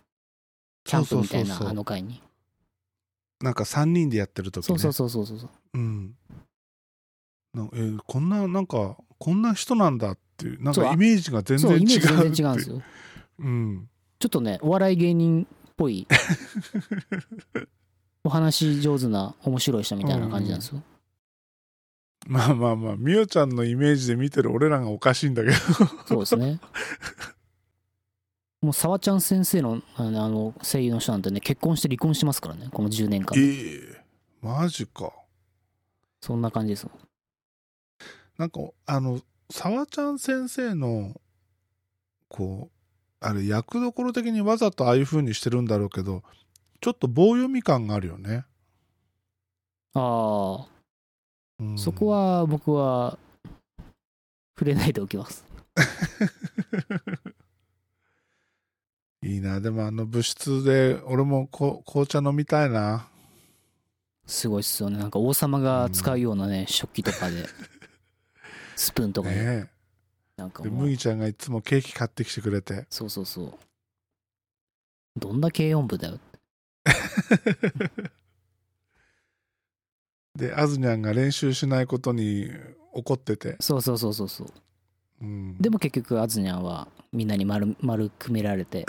Speaker 2: キャンプみた
Speaker 1: そう
Speaker 2: い
Speaker 1: そうそうそ
Speaker 2: な
Speaker 1: う
Speaker 2: あの回に
Speaker 1: なんか3人でやってる時ね。
Speaker 2: そうそうそうそうそう
Speaker 1: うん。なえーこんな、なんか、こんな人なんだっていう、なん
Speaker 2: そう
Speaker 1: か
Speaker 2: あ
Speaker 1: イメージが全然
Speaker 2: そう
Speaker 1: 違う
Speaker 2: イ
Speaker 1: ってい
Speaker 2: メージ
Speaker 1: う。
Speaker 2: 全然違うんですよ
Speaker 1: うん。
Speaker 2: ちょっとねお笑い芸人っ ぽいお話上手な面白い人みたいな感じなんですよ、
Speaker 1: まあまあまあ、みおちゃんのイメージで見てる俺らがおかしいんだけど。
Speaker 2: そうですね。もう沢ちゃん先生のあのあの声優の人なんてね結婚して離婚してますからねこの10年
Speaker 1: ええ
Speaker 2: 間
Speaker 1: マジか。
Speaker 2: そんな感じですよ
Speaker 1: なんか、あの、沢ちゃん先生のこうあれ役どころ的にわざとああいう風にしてるんだろうけどちょっと棒読み感があるよね、
Speaker 2: ああ、
Speaker 1: うん
Speaker 2: そこは僕は触れないでおきます。
Speaker 1: いいなでもあの部室で俺もこ紅茶飲みたいな
Speaker 2: すごいっすよね。なんか王様が使うようなね、食器とか で、スプーンとかね、
Speaker 1: ね
Speaker 2: なんか
Speaker 1: えで
Speaker 2: もう
Speaker 1: 麦ちゃんがいつもケーキ買ってきてくれ て
Speaker 2: そうそうそう。どんだけ4部だよ。
Speaker 1: であずにゃんが練習しないことに怒ってて、
Speaker 2: そうそうそうそうそう。
Speaker 1: うん、
Speaker 2: でも結局、アズニャンはみんなに丸丸くめられ て、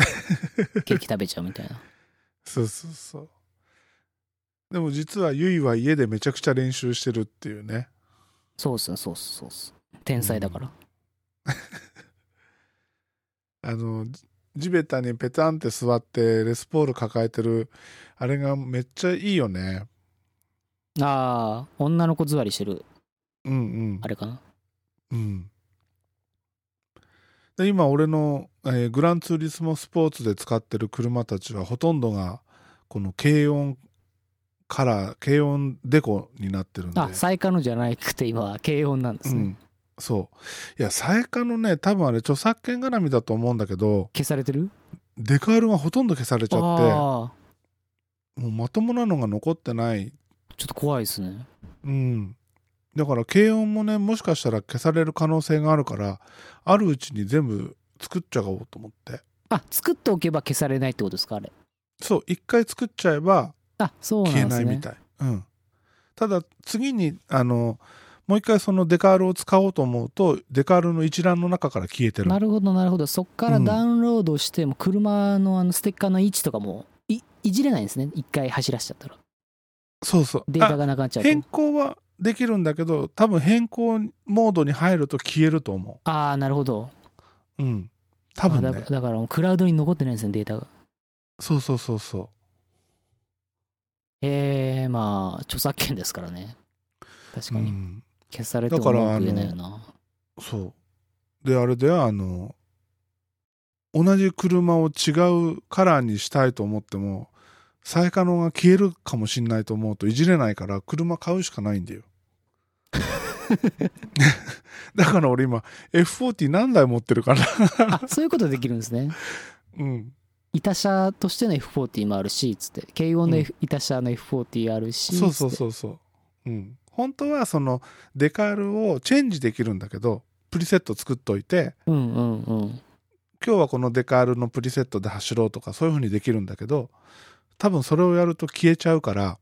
Speaker 2: ケーキ食べちゃうみたいな。
Speaker 1: そうそうそうでも実はゆいは家でめちゃくちゃ練習してるっていうね
Speaker 2: そうっすね、そうっす、そうっす。天才だから。
Speaker 1: あのじ地べたにペタンって座ってレスポール抱えてるあれがめっちゃいいよね
Speaker 2: ああ、女の子座りしてる、
Speaker 1: うん
Speaker 2: あれかな。
Speaker 1: うんうんで今俺の、えーグランツーリスモスポーツで使ってる車たちはほとんどがこの軽音カラー軽音デコになってるんで
Speaker 2: あ、最下のじゃなくて今は軽音なんですね。
Speaker 1: うん、そういや最下のね多分あれ著作権絡みだと思うんだけど
Speaker 2: 消されてる
Speaker 1: デカールがほとんど消されちゃっ
Speaker 2: ああ、
Speaker 1: てもうまともなのが残ってない
Speaker 2: ちょっと怖いですね。
Speaker 1: うんだから軽音もねもしかしたら消される可能性があるからあるうちに全部作っちゃおうと思って
Speaker 2: あ、作っておけば消されないってことですか、あれ。
Speaker 1: そう一回作っちゃえば
Speaker 2: あ、そうなんで
Speaker 1: 消え
Speaker 2: すね。
Speaker 1: ないみたいうんただ次にあのもう一回そのデカールを使おうと思うとデカールの一覧の中から消えてる
Speaker 2: なるほどなるほどそっから
Speaker 1: うん
Speaker 2: ダウンロードしても車のあのステッカーの位置とかもいいじれないんですね一回走らせちゃったら
Speaker 1: そうそう
Speaker 2: データがなくなっちゃう
Speaker 1: 変
Speaker 2: と
Speaker 1: 更はできるんだけど多分変更モードに入ると消えると思
Speaker 2: ああなるほど、
Speaker 1: ううん多分
Speaker 2: あ
Speaker 1: ね
Speaker 2: だだからもうクラウドに残ってないんですねデータが
Speaker 1: そうそうそうそ
Speaker 2: えー、まあ著作権ですからね確
Speaker 1: う、
Speaker 2: か
Speaker 1: う
Speaker 2: に、
Speaker 1: ん、
Speaker 2: 消されても
Speaker 1: だから
Speaker 2: 文句言えないよな
Speaker 1: そうであれであの同じ車を違うカラーにしたいと思っても再可能が消えるかもしんないと思うといじれないから車買うしかないんだ よ だから俺今 F40 何台持ってるかな
Speaker 2: あそういうことできるんですね
Speaker 1: うん
Speaker 2: 板車としての F40 もあるしつって軽音の、
Speaker 1: うん
Speaker 2: F 板車の F40 あるし
Speaker 1: そうそう
Speaker 2: う
Speaker 1: そうそう。うん。本当はそのデカールをチェンジできるんだけど、プリセット作っといて、
Speaker 2: うんうんうん
Speaker 1: 今日はこのデカールのプリセットで走ろうとかそういう風にできるんだけど、多分それをやると消えちゃうから、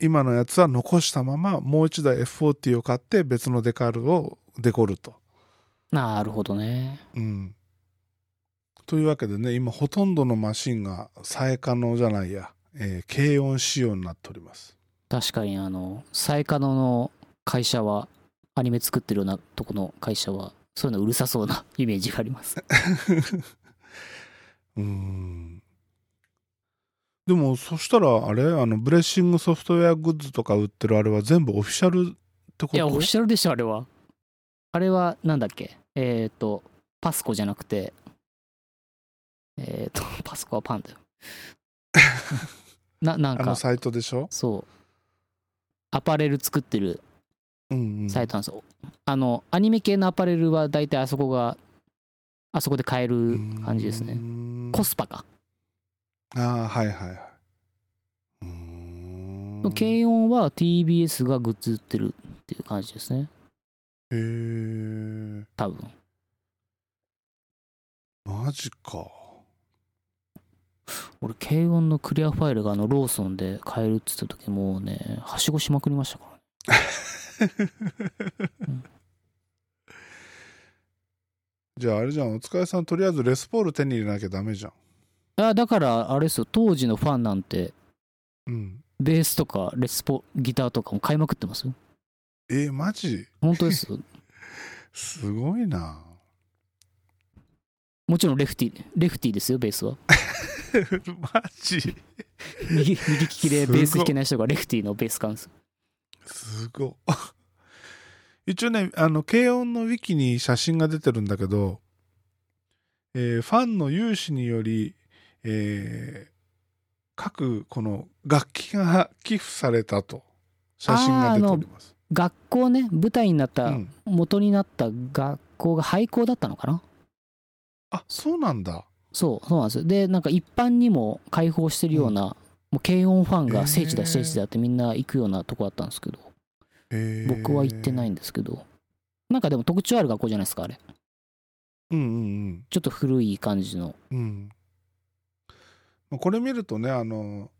Speaker 1: 今のやつは残したままもう一台 F40 を買って別のデカールをデコると。
Speaker 2: なるほどね
Speaker 1: うん。というわけでね、今ほとんどのマシンが再可能じゃないや、えー軽音仕様になっております。
Speaker 2: 確かにあの再稼働の会社はアニメ作ってるようなとこの会社はそういうのうるさそうな イメージがあります
Speaker 1: うーんでもそしたらあれあのブレッシングソフトウェアグッズとか売ってるあれは全部オフィシャルってこと
Speaker 2: いやオフィシャルでしょあれはあれはなんだっけえっ、とパスコじゃなくてえっ、とパスコはパン だよなな
Speaker 1: あ
Speaker 2: ん
Speaker 1: の
Speaker 2: か
Speaker 1: サイトでしょ、
Speaker 2: そうアパレル作ってる
Speaker 1: うんうん、
Speaker 2: サイトなんですよ、あのアニメ系のアパレルは大体あそこがあそこで買える感じです
Speaker 1: うー
Speaker 2: ね
Speaker 1: ん
Speaker 2: コスパか
Speaker 1: ああはいはいはいうーんへ
Speaker 2: 軽音は TBS がグッズ売ってるっていう感じですね
Speaker 1: え
Speaker 2: 多分
Speaker 1: マジか
Speaker 2: 俺軽音のクリアファイルがあのローソンで買えるっつった時もうねはしごしまくりましたからね
Speaker 1: じゃああれじゃんお疲れさんとりあえずレスポール手に入れなきゃダメじゃん
Speaker 2: あだからあれですよ当時のファンなんて
Speaker 1: うん
Speaker 2: ベースとかレスポギターとかも買いまくってますよ
Speaker 1: えー、マジ
Speaker 2: 本当 ですよ
Speaker 1: すごいな
Speaker 2: もちろんレフティレフティですよベースは
Speaker 1: マジ
Speaker 2: 右右利きです
Speaker 1: ご
Speaker 2: ベース弾けない人がレフティのベース買うんですよ
Speaker 1: すごっ 一応ね、あの、軽音のウィキに写真が出てるんだけど、えーファンの有志により、えー各、この楽器が寄付されたと、写真が出ております。
Speaker 2: 学校ね舞台になった、
Speaker 1: うん
Speaker 2: 元になった学校が廃校だったのかな
Speaker 1: あ、そうなんだ。
Speaker 2: そうそうなんですよでなんか一般にも開放してるような、もう軽音ファンが聖地だ
Speaker 1: へー
Speaker 2: 聖地だってみんな行くようなとこだったんですけど
Speaker 1: へー
Speaker 2: 僕は行ってないんですけどなんかでも特徴ある学校じゃないですかあれ
Speaker 1: うんうん
Speaker 2: ちょっと古い感じの
Speaker 1: うん。うん。まあこれ見るとね、あの、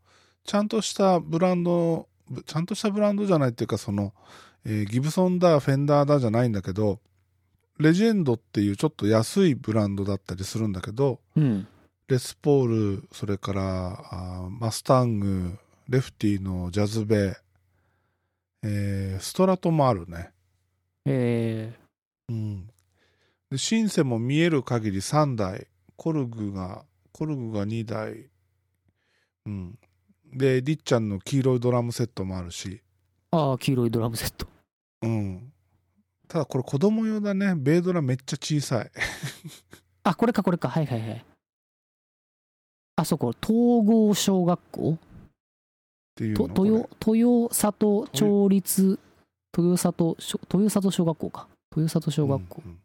Speaker 1: ちゃんとしたブランド、ぶちゃんとしたブランドじゃないっていうか、その、えーギブソンだ、フェンダーだじゃないんだけど、レジェンドっていうちょっと安いブランドだったりするんだけど、
Speaker 2: うん
Speaker 1: レスポール、それからあーマスタング、レフティのジャズベ、えーストラトもあるね。
Speaker 2: えー
Speaker 1: うん、でシンセも見える限り3台コルグがコルグが2台うんでりっちゃんの黄色いドラムセットもあるし
Speaker 2: ああ黄色いドラムセット
Speaker 1: うんただこれ子供用だねベイドラめっちゃ小さい
Speaker 2: あこれかこれかはいはいはいあそこ統合小学校
Speaker 1: っていう
Speaker 2: と
Speaker 1: のこれ
Speaker 2: 豊豊里町立豊里小豊里小学校か豊里小学校、
Speaker 1: うんうん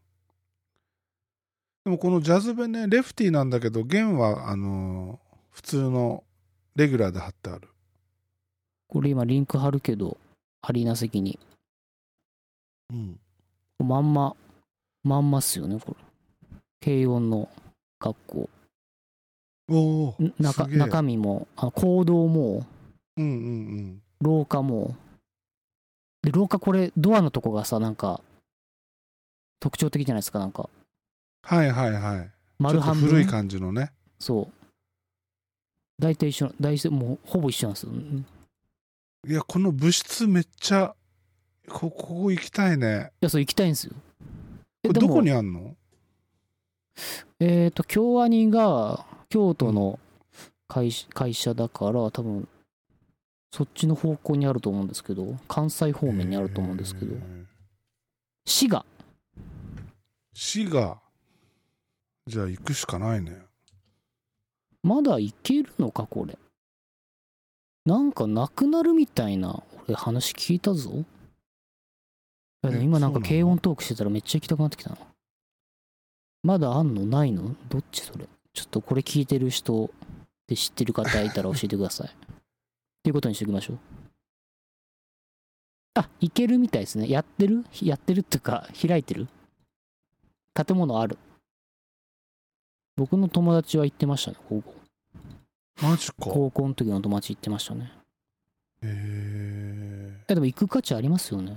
Speaker 1: でもこのジャズベねレフティなんだけど弦はあのー普通のレギュラーで貼ってある
Speaker 2: これ今リンク貼るけどアリーナ席に
Speaker 1: うん
Speaker 2: まんままんまっすよねこれ軽音の学校
Speaker 1: おお
Speaker 2: ん中
Speaker 1: すげえ
Speaker 2: 中身もあ行動も
Speaker 1: うんうんうん
Speaker 2: 廊下もで廊下これドアのとこがさなんか特徴的じゃないですかなんか
Speaker 1: はいはいはいちょ
Speaker 2: 丸
Speaker 1: っと
Speaker 2: 半分
Speaker 1: 古い感じのね
Speaker 2: そう大体一緒大体もうほぼ一緒なんですようん
Speaker 1: いや、この部室めっちゃ、こここ行きたいね。
Speaker 2: いや、そう行きたいんですよ。え
Speaker 1: これ
Speaker 2: で
Speaker 1: ど
Speaker 2: も
Speaker 1: こにあんの
Speaker 2: えっ、と、京アニが京都の会社会社だから、多分そっちの方向にあると思うんですけど、関西方面にあると思うんですけど
Speaker 1: へ、ー
Speaker 2: 滋賀、
Speaker 1: 滋賀。じゃあ行くしかないね。
Speaker 2: まだ行けるのか、これ。なんかなくなるみたいな、俺、話聞いたぞ。いやでも
Speaker 1: え
Speaker 2: 今なん
Speaker 1: そ
Speaker 2: か
Speaker 1: うなの
Speaker 2: 軽音トークしてたらめっちゃ行きたくなってきたな。まだあんのないのどっちそれちょっとこれ聞いてる人で知ってる方いたら教えて ください。っていうことにしておきましょう。あ、行けるみたいですね。やってるやってるっていうか、開いてる建物ある。僕の友達は行ってましたね、高校。
Speaker 1: マジか。
Speaker 2: 高校の時の友達行ってましたね。
Speaker 1: へえ。
Speaker 2: え、でも行く価値ありますよね。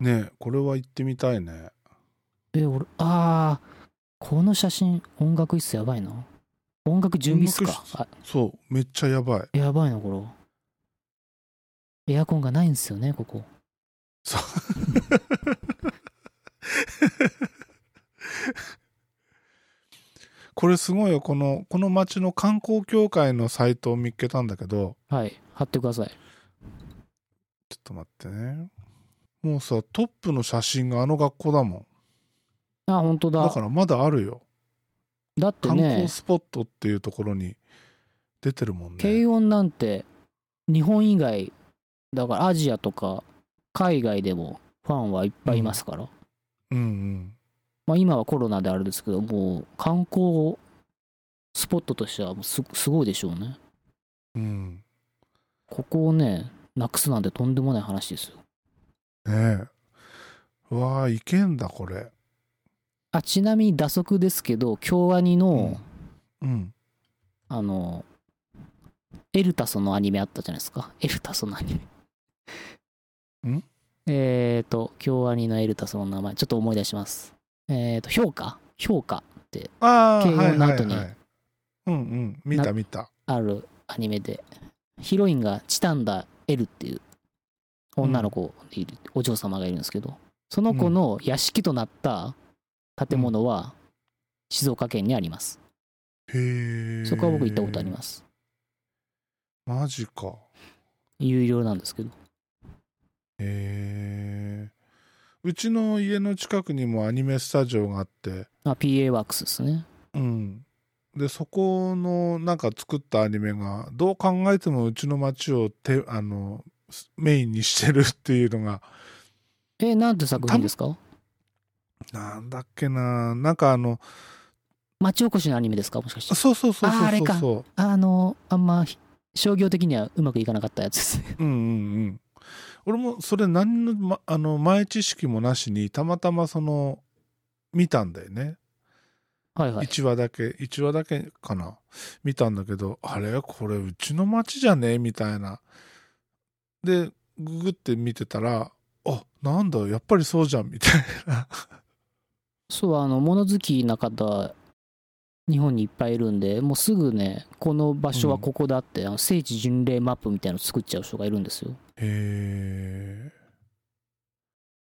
Speaker 1: ねえこれは行ってみたいね。
Speaker 2: え、俺、あー、この写真、音楽室やばいな。音楽準備室
Speaker 1: 音
Speaker 2: か
Speaker 1: 楽。室
Speaker 2: あ、
Speaker 1: そう、めっちゃやばい。
Speaker 2: やばいな、これ。エアコンがないんですよね、ここ。
Speaker 1: そう。これすごいよ。この、この町の観光協会のサイトを見っけたんだけど、
Speaker 2: はい、貼ってください。
Speaker 1: ちょっと待ってね。もうさ、トップの写真があの学校だもん。
Speaker 2: あ、本当だ。
Speaker 1: だ
Speaker 2: だ
Speaker 1: からまだあるよ。
Speaker 2: って
Speaker 1: 観光
Speaker 2: ね、
Speaker 1: スポットっていうところに出てるもんね。
Speaker 2: 軽音なんて、日本以外、だからアジアとか、海外でもファンはいっぱいいますから。
Speaker 1: うんうん。
Speaker 2: まあ、今はコロナであれですけど、もう観光スポットとしてはもうすすごいでしょうね。
Speaker 1: うん。ね
Speaker 2: ここをね、なくすなんてとんでもない話ですよ。
Speaker 1: え。うわあ、いけんだ、これ。
Speaker 2: あちなみに打足ですけど、京アニの、
Speaker 1: うん。
Speaker 2: あの、エルタソのアニメあったじゃないですか。エルタソのアニメ。
Speaker 1: ん
Speaker 2: えっ、ー、と、京アニのエルタソの名前、ちょっと思い出します。えっ、ー、と、評価評価
Speaker 1: ああ、
Speaker 2: 軽音
Speaker 1: はいはい
Speaker 2: の後に
Speaker 1: はい。うんうん。見た
Speaker 2: な
Speaker 1: 見た。
Speaker 2: あるアニメで、ヒロインがチタンダエルっていう女の子いる、お嬢様がいるんですけど、その子の屋敷となった建物は静岡県にあります。
Speaker 1: へえ。
Speaker 2: そこは僕行ったことあります。
Speaker 1: マジか。
Speaker 2: 有料なんですけど。
Speaker 1: へえ。うちの家の近くにもアニメスタジオがあって、
Speaker 2: あ PA ワークスですね
Speaker 1: うん。で、そこのなんか作ったアニメが、どう考えてもうちの町をてあのすメインにしてるっていうのが、
Speaker 2: えなんて作品ですか
Speaker 1: なんだっけな、なんかあの、
Speaker 2: 町おこしのアニメですかもしかして
Speaker 1: そうそうそうそうそうそう。
Speaker 2: ああれかあのあんまひ商業的にはうまくいかなかったやつですね
Speaker 1: うんうんうん。俺もそれ何の,、ま、あの前知識もなしにたまたまその見たんだよね、
Speaker 2: はいはい
Speaker 1: 1話だけ1話だけかな見たんだけどあれこれうちの町じゃねみたいなでググって見てたらあなんだやっぱりそうじゃんみた いな
Speaker 2: そうあの物好きな方日本にいっぱいいるんでもうすぐねこの場所はここだって、あの聖地巡礼マップみたいなの作っちゃう人がいるんですよ
Speaker 1: へえ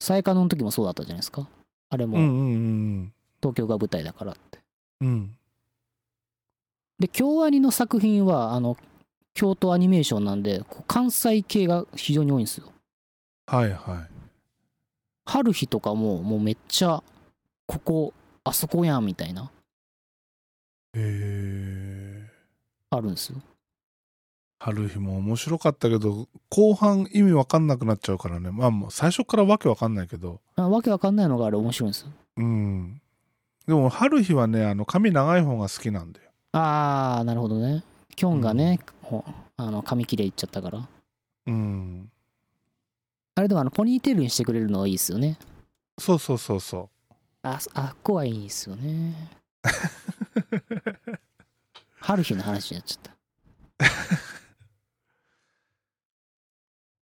Speaker 2: 再稼働の時もそうだったじゃないですかあれ
Speaker 1: うんうん
Speaker 2: も
Speaker 1: うん
Speaker 2: 東京が舞台だからって、
Speaker 1: うんうん
Speaker 2: で京アニの作品はあの京都アニメーションなんでこう関西系が非常に多いんですよ
Speaker 1: はいは
Speaker 2: 春日とかももうめっちゃここあそこやんみたいない
Speaker 1: へえ
Speaker 2: あるんですよ
Speaker 1: 春日も面白かったけど後半意味わかんなくなっちゃうからねまあもう最初からわけわかんないけど
Speaker 2: あわけわかんないのがあれ面白いんですよ
Speaker 1: うんでも春日はねあの髪長い方が好きなんだよ
Speaker 2: ああなるほどねキョンがね、ほあの髪切れいっちゃったから
Speaker 1: うん
Speaker 2: あれでもあのポニーテールにしてくれるのはいいですよね
Speaker 1: そうそうそうそう
Speaker 2: あそあっこはいいです よね春日の話になっちゃった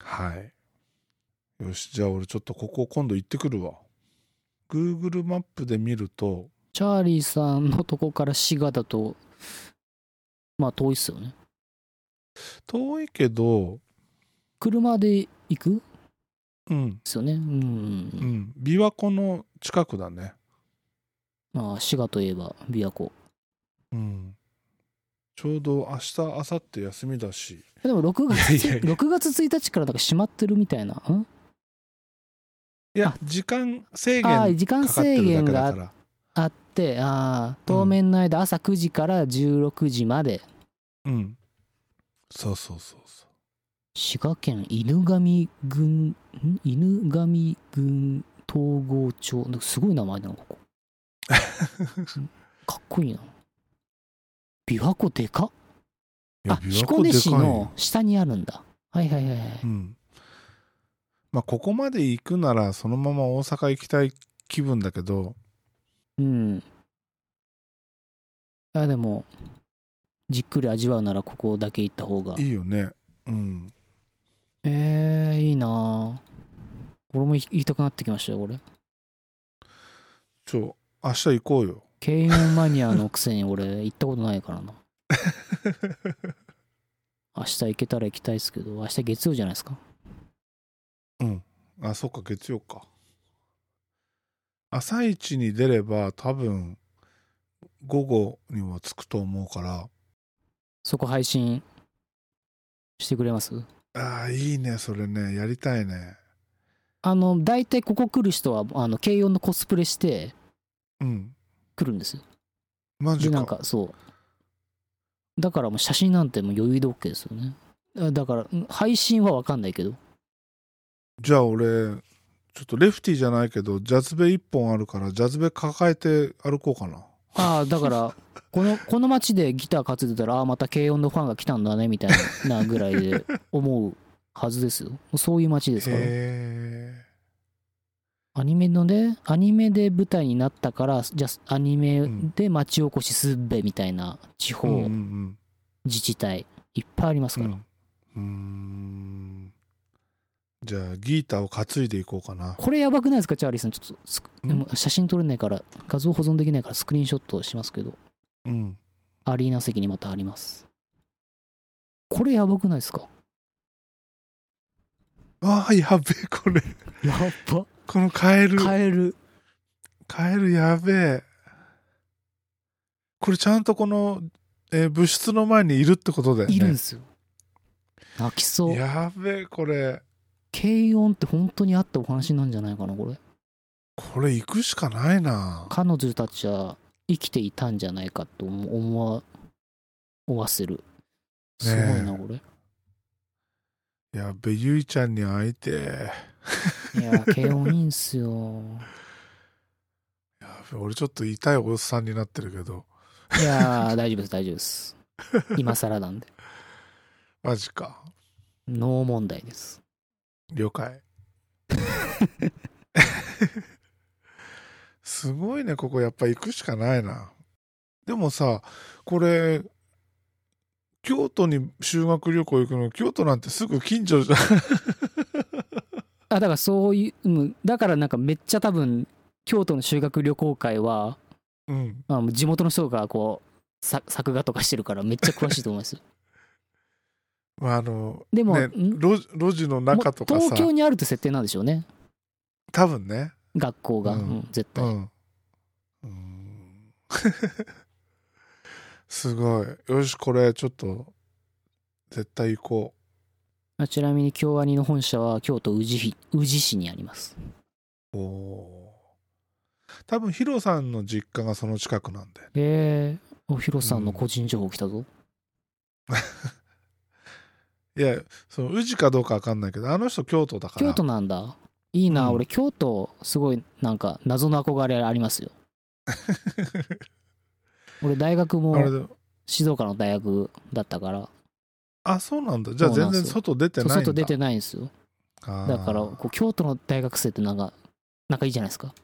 Speaker 1: はい。よし、じゃあ俺ちょっとここ今度行ってくるわ。Google マップで見ると、
Speaker 2: チャーリーさんのとこから滋賀だとまあ遠いっすよね
Speaker 1: 遠いけど、
Speaker 2: 車で行くっ
Speaker 1: うん、
Speaker 2: すよねうんうん
Speaker 1: う
Speaker 2: うん、
Speaker 1: ん、琵琶湖の近くだね。
Speaker 2: まあ滋賀といえば琵琶湖
Speaker 1: うん。ちょうど明日、明後日休みだし。
Speaker 2: でも6月
Speaker 1: いやいやいや
Speaker 2: 6月1日からなんか閉まってるみたいな、ん
Speaker 1: いや
Speaker 2: あ、
Speaker 1: 時間制限
Speaker 2: ああ
Speaker 1: か
Speaker 2: 時間
Speaker 1: かってる
Speaker 2: 制
Speaker 1: だけ
Speaker 2: 限が
Speaker 1: だ
Speaker 2: あ
Speaker 1: から。
Speaker 2: あってああ当面の間朝9時から16時まで
Speaker 1: うん。そうそうそうそ
Speaker 2: 滋賀県犬神郡ん犬神郡統合町なんかすごい名前だなこ こんかっこいいな琵琶湖でかっ
Speaker 1: う。いや
Speaker 2: あ彦根市。
Speaker 1: 琵琶湖でかいよ
Speaker 2: の下にあるんだはいはいはいはい、
Speaker 1: うん。まあ、ここまで行くなら、そのまま大阪行きたい気分だけど、
Speaker 2: うん。あ、でも、じっくり味わうならここだけ行った方が。
Speaker 1: いいよね。うん。
Speaker 2: えー、いいなぁ俺も行き行きたくなってきましたよ、俺。
Speaker 1: ちょ、明日行こうよ。
Speaker 2: 軽音マニアのくせに俺、行ったことな いからな。明日行けたら行きたいですけど、明日月曜じゃないですか。
Speaker 1: あ、そっか、月曜か。朝一に出れば、多分、午後には着くと思うから、
Speaker 2: そこ配信してくれます
Speaker 1: ああ、いいね、それね、やりたいね。
Speaker 2: あの、大体ここ来る人は、あの、軽音のコスプレして
Speaker 1: うん。
Speaker 2: 来るんですよ。
Speaker 1: マジ
Speaker 2: で
Speaker 1: か。
Speaker 2: なんかそうだからもう写真なんてもう余裕で OK ですよねあだからうん配信は分かんないけど
Speaker 1: じゃあ、俺、ちょっとレフティーじゃないけど、ジャズベ一本あるから、ジャズベ抱えて歩こうかな。
Speaker 2: ああだからこのこの街でギター担いでたらああまた軽音のファンが来たんだねみたいなぐらいで思うはずですよもうそういう街ですから
Speaker 1: へ
Speaker 2: アニメのねアニメで舞台になったからじゃあアニメで町おこしすっべみたいな地
Speaker 1: え。うんう
Speaker 2: 方
Speaker 1: ん
Speaker 2: 自治体いっぱいあります
Speaker 1: うん。う
Speaker 2: から、
Speaker 1: ん。うーんじゃあ、ギーターを担いでいこうかな。
Speaker 2: これやばくないですかチャーリーさんちょっとスク
Speaker 1: うん
Speaker 2: でも写真撮れないから画像保存できないからスクリーンショットしますけど
Speaker 1: うん。
Speaker 2: アリーナ席にまたありますこれやばくないですか
Speaker 1: ああ、やべえ、これ。
Speaker 2: やば
Speaker 1: このカエル。
Speaker 2: カエル
Speaker 1: カエルやべえ。これちゃんとこの、えー物質の前にいるってことだよね。
Speaker 2: いるんですよ泣きそう
Speaker 1: やべえ、これ。
Speaker 2: 軽音って本当にあったお話なんじゃないかなこれ
Speaker 1: これ行くしかないな
Speaker 2: 彼女たちは生きていたんじゃないかと思思わ思わせるすごいなこれ、
Speaker 1: やっべゆいちゃんに会いてえ
Speaker 2: いや慶音いいんすよ
Speaker 1: やっべ俺ちょっと痛いおっさんになってるけど
Speaker 2: いやー大丈夫です大丈夫です今更なんで
Speaker 1: マジか
Speaker 2: ノー問題です
Speaker 1: 了 解すごいねここやっぱ行くしかないなでもさこれ京都に修学旅行行くの京都なんてすぐ近所じゃん
Speaker 2: あだからそういう、うん、だからなんかめっちゃ多分京都の修学旅行会は
Speaker 1: うん
Speaker 2: あもう地元の人がこうさ作画とかしてるからめっちゃ詳しいと思いますよ
Speaker 1: まああの
Speaker 2: でも
Speaker 1: ね、
Speaker 2: ん
Speaker 1: 路路地の中とか
Speaker 2: もう
Speaker 1: さ
Speaker 2: 東京にあるって設定なんでしょうね
Speaker 1: 多分ね
Speaker 2: 学校が、
Speaker 1: うん
Speaker 2: うん絶
Speaker 1: う
Speaker 2: 対、
Speaker 1: んうーん すごいよしこれちょっと絶対行こ
Speaker 2: あちなみに京アニの本社は京都宇治ひ宇治市にあります
Speaker 1: うおおー多分ヒロさんの実家がその近くなんで
Speaker 2: へえおひろさんの個人情報来たぞ、
Speaker 1: いやその宇治かどうか分かんないけどあの人京都だから
Speaker 2: 京都なんだいい
Speaker 1: う
Speaker 2: な、
Speaker 1: ん
Speaker 2: 俺京都すごいなんか謎の憧れあ りますよ俺大学
Speaker 1: あれで
Speaker 2: も静岡の大学だったから
Speaker 1: あそうなんだじゃあ
Speaker 2: そうな
Speaker 1: 全
Speaker 2: んですよ
Speaker 1: 然外出てないんだ
Speaker 2: 外出てないんですよ
Speaker 1: あー
Speaker 2: だからこう京都の大学生ってなんか仲いいじゃないですか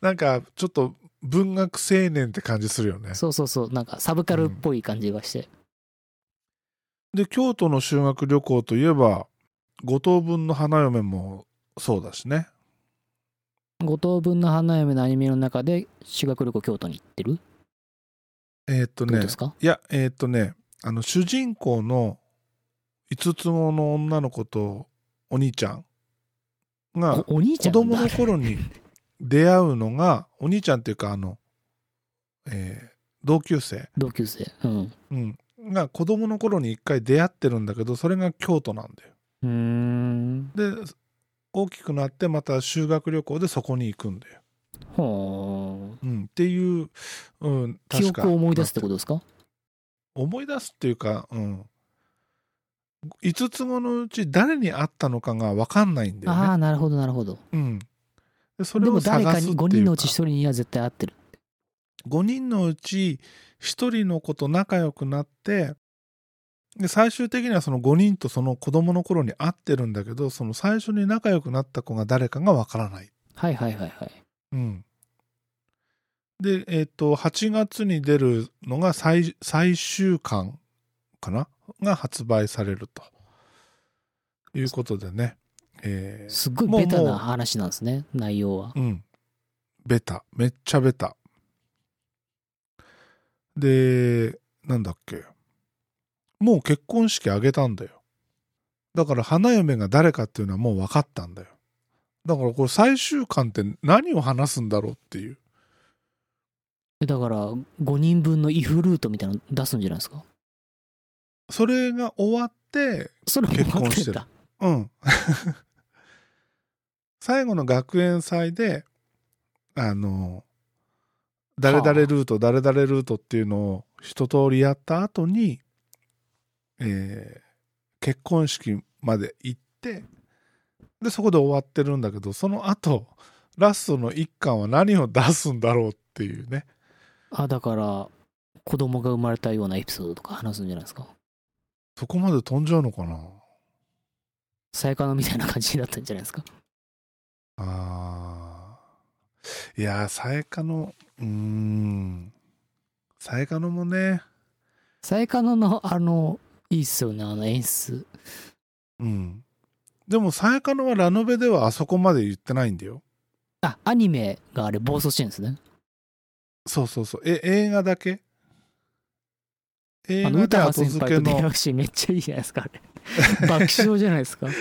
Speaker 1: なんかちょっと文学青年って感じするよね
Speaker 2: そうそうそうなんかサブカルっぽい感じがして、
Speaker 1: で京都の修学旅行といえば五等分の花嫁もそうだしね
Speaker 2: 五等分の花嫁のアニメの中で修学旅行京都に行ってる
Speaker 1: えーっと
Speaker 2: どう
Speaker 1: ね
Speaker 2: ですか、
Speaker 1: いやえーっとねあの主人公の5つ子の女の子とお兄ちゃんが
Speaker 2: おお兄ちゃ
Speaker 1: 子
Speaker 2: んだ
Speaker 1: 供の頃に出会うのがお兄ちゃんっていうかあの、えー同級生、
Speaker 2: 同級生うん
Speaker 1: うん、が子供の頃に一回出会ってるんだけどそれが京都なんだよ。
Speaker 2: うーん
Speaker 1: で大きくなってまた修学旅行でそこに行くんだよ。
Speaker 2: ほう
Speaker 1: うん、っていう、うん、
Speaker 2: 記
Speaker 1: 確か
Speaker 2: 憶を思い出すってことですか
Speaker 1: 思い出すっていうか、うん、5つ子のうち誰に会ったのかが分かんないんだよ
Speaker 2: あ
Speaker 1: ね。
Speaker 2: あなるほどなるほど
Speaker 1: うん、でそ
Speaker 2: で
Speaker 1: れ
Speaker 2: も
Speaker 1: を探
Speaker 2: 誰か
Speaker 1: すってい
Speaker 2: に
Speaker 1: うか
Speaker 2: 5人のうち1人には絶対合ってる
Speaker 1: 5人のうち1人の子と仲良くなってで最終的にはその5人とその子供の頃に会ってるんだけどその最初に仲良くなった子が誰かが分からない。
Speaker 2: はいはいはいはい
Speaker 1: うん、で、えっと8月に出るのが最最終巻かなが発売されるということでね、えー
Speaker 2: すっごい
Speaker 1: もう
Speaker 2: ベタ
Speaker 1: もう
Speaker 2: な話なんですね内容は
Speaker 1: うんベタめっちゃベタでなんだっけもう結婚式あげたんだよだから花嫁が誰かっていうのはもう分かったんだよだからこれ最終巻って何を話すんだろうっていう
Speaker 2: だから5人分のイフルートみたいなの出すんじゃないですか
Speaker 1: それが終わって、
Speaker 2: それも
Speaker 1: 結婚してる
Speaker 2: 分か
Speaker 1: うん。 最後の学園祭で、あの、誰々ルート、誰々ルートっていうのを一通りやった後に、えー結婚式まで行って、で、そこで終わってるんだけど、その後、ラストの一巻は何を出すんだろうっていうね。
Speaker 2: ったあだから子供が生まれたようなエピソードとか話すんじゃないですか
Speaker 1: そこまで飛んじゃうのかな
Speaker 2: さやかのみたいな感じになったんじゃないですか
Speaker 1: ああ。いやー、さえかの、うーん。さえかのもね、
Speaker 2: さやかののあのいいっすよねあの演出
Speaker 1: うん。でも、さえかのはラノベではあそこまで言ってないんだよ。
Speaker 2: あアニメがあれ暴走してるんですね
Speaker 1: そうそうそう。え、映画だけ映
Speaker 2: あの
Speaker 1: 画で
Speaker 2: 歌
Speaker 1: 後
Speaker 2: 葉先
Speaker 1: 付け
Speaker 2: 輩と出会
Speaker 1: の
Speaker 2: う、シー ンめっちゃいいじゃないですかあれ 爆笑じゃないですか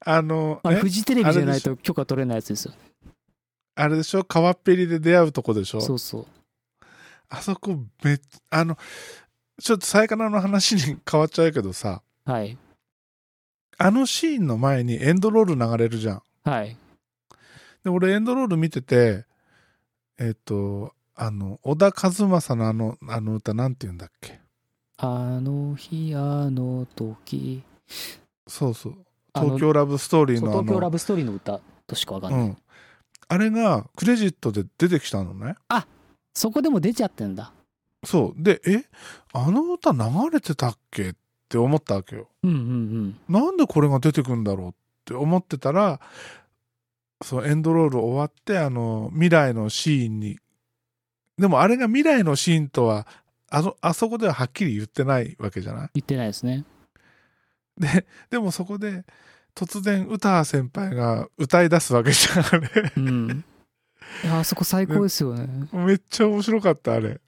Speaker 1: あの、
Speaker 2: あれ
Speaker 1: え
Speaker 2: フジテレビじゃないと許可取れないやつですよ
Speaker 1: あれでしょ川っぺりで出会うとこでしょ
Speaker 2: そうそう
Speaker 1: あそこめっ、あの、ちょっとさえかのの話に変わっちゃうけどさ、
Speaker 2: はい
Speaker 1: あのシーンの前にエンドロール流れるじゃん。
Speaker 2: はい。
Speaker 1: で、俺エンドロール見てて、えっと、あの、小田和正のあの、あの歌なんて言うんだっけ。
Speaker 2: あの日、あの時。
Speaker 1: そうそう。
Speaker 2: あの
Speaker 1: 東京ラブストーリー
Speaker 2: そう
Speaker 1: のあ
Speaker 2: 東京ラ
Speaker 1: の、
Speaker 2: ブストーリーの歌としかわかん
Speaker 1: う
Speaker 2: ない。
Speaker 1: ん。あれがクレジットで出てきたのね。
Speaker 2: そこでも出ちゃってんだ。
Speaker 1: そう。で、え、あの歌流れてたっけって思ったわけよ。
Speaker 2: うんうん
Speaker 1: なんでこれが出てくんだろうって思ってたらそのエンドロール終わってあの未来のシーンにでもあれが未来のシーンとはあのあそこでははっきり言ってないわけじゃない
Speaker 2: 言ってないですね。
Speaker 1: ででもそこで突然歌先輩が歌い出すわけじゃんあれ
Speaker 2: うん。いやあそこ最高ですよね。
Speaker 1: めっちゃ面白かったあれ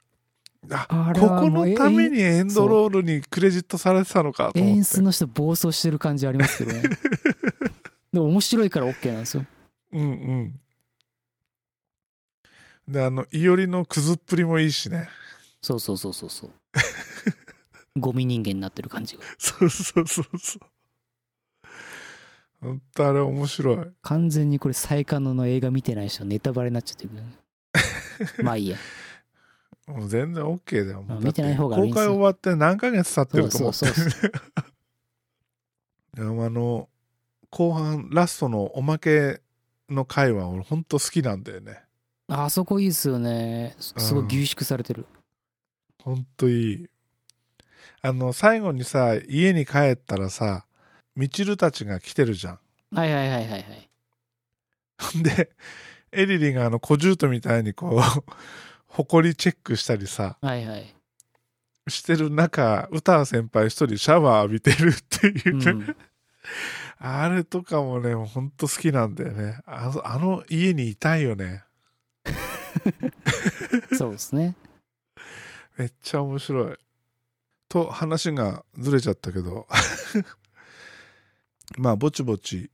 Speaker 1: あ
Speaker 2: あれ
Speaker 1: こ
Speaker 2: は
Speaker 1: こ
Speaker 2: もう
Speaker 1: のためにエンドロールにクレジットされてたのかと思
Speaker 2: 演
Speaker 1: って
Speaker 2: 出の人暴走してる感じありますけどね。 でも面白いから OK なんですよ。
Speaker 1: うんうんであのいおりのくずっぷりもいいしね
Speaker 2: そうそうそうそうそう。ゴミ人間になってる感じが。
Speaker 1: そうそうそうそう。本当あれ面白い。
Speaker 2: 完全にこれ最カノの映画見てない人はネタバレになっちゃってるけど ね。まあいいや。
Speaker 1: もう全然 OK だよ。もう
Speaker 2: あ見てない方が
Speaker 1: だ
Speaker 2: い
Speaker 1: って
Speaker 2: いん
Speaker 1: 公
Speaker 2: すよ
Speaker 1: 開終わって何ヶ月経って
Speaker 2: そ
Speaker 1: る
Speaker 2: う
Speaker 1: と
Speaker 2: そ
Speaker 1: 思
Speaker 2: う
Speaker 1: っ
Speaker 2: そうそ う。
Speaker 1: て。でもあの、後半、ラストのおまけの回は俺本当好きなんだよね。
Speaker 2: あそこいいですよね。すすごい凝縮されてる。
Speaker 1: 本当いい。あの、最後にさ、家に帰ったらさ、みちるたちが来てるじゃ
Speaker 2: はいはいはいはいはい。
Speaker 1: ん。 で、エリリがあの、小獣とみたいにこう、 埃チェックしたりさ、
Speaker 2: はいはい。
Speaker 1: してる中、歌先輩一人シャワー浴びてるっていうう、ね
Speaker 2: ん、
Speaker 1: あれとかもね、ほんと好きなんだよね。あのあの家にいたいよね。
Speaker 2: そうですね。
Speaker 1: めっちゃ面白い。と話がずれちゃったけど、 まあ、ぼちぼち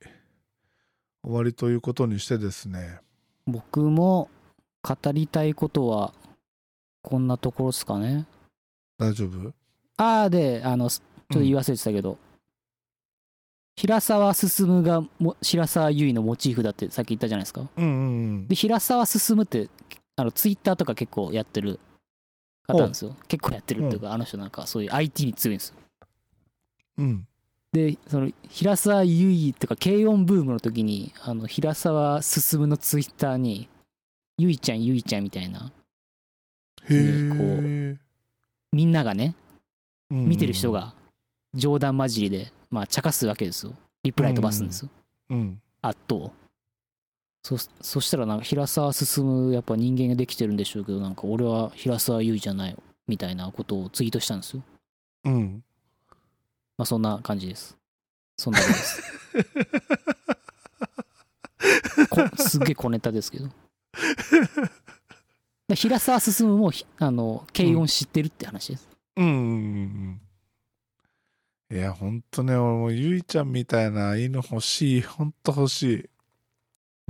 Speaker 1: 終わりということにしてですね。
Speaker 2: 僕も語りたいことはこんなところですかね。
Speaker 1: 大丈夫
Speaker 2: ああ、で、あの、すちょっと言い忘れてたけど、平沢進がも白沢優衣のモチーフだってさっき言ったじゃないですか。
Speaker 1: うんうん
Speaker 2: で、平沢進って、あの、ツイッターとか結構やってる方なんですよ。結構やってるっていうか、あの人なんかそういう IT に強いんですよ。
Speaker 1: うん。うん。
Speaker 2: で、その、平沢優衣とか、軽音ブームの時に、あの、平沢進のツイッターに、ゆいちゃん、ゆいちゃんみたいな、
Speaker 1: へ
Speaker 2: ねこう
Speaker 1: え。
Speaker 2: みんながね、
Speaker 1: うん
Speaker 2: 見てる人。が冗談交じりで、まあ、茶化すわけですよ。リプライ飛ばすんですよ。
Speaker 1: うん。
Speaker 2: あと。そ、そしたらなんか平沢進、やっぱ人間ができてるんでしょうけど、なんか俺は平沢優衣じゃないよ、みたいなことをツイートしたんですよ。
Speaker 1: うん。
Speaker 2: まあそんな感じです。そんなことです。 こすっげえ小ネタですけど。で平沢進もひ、あの、軽音知ってるって話です。
Speaker 1: うんうんうん。いや、ほんとね、俺もゆいちゃんみたいな犬欲しい。ほんと欲しい。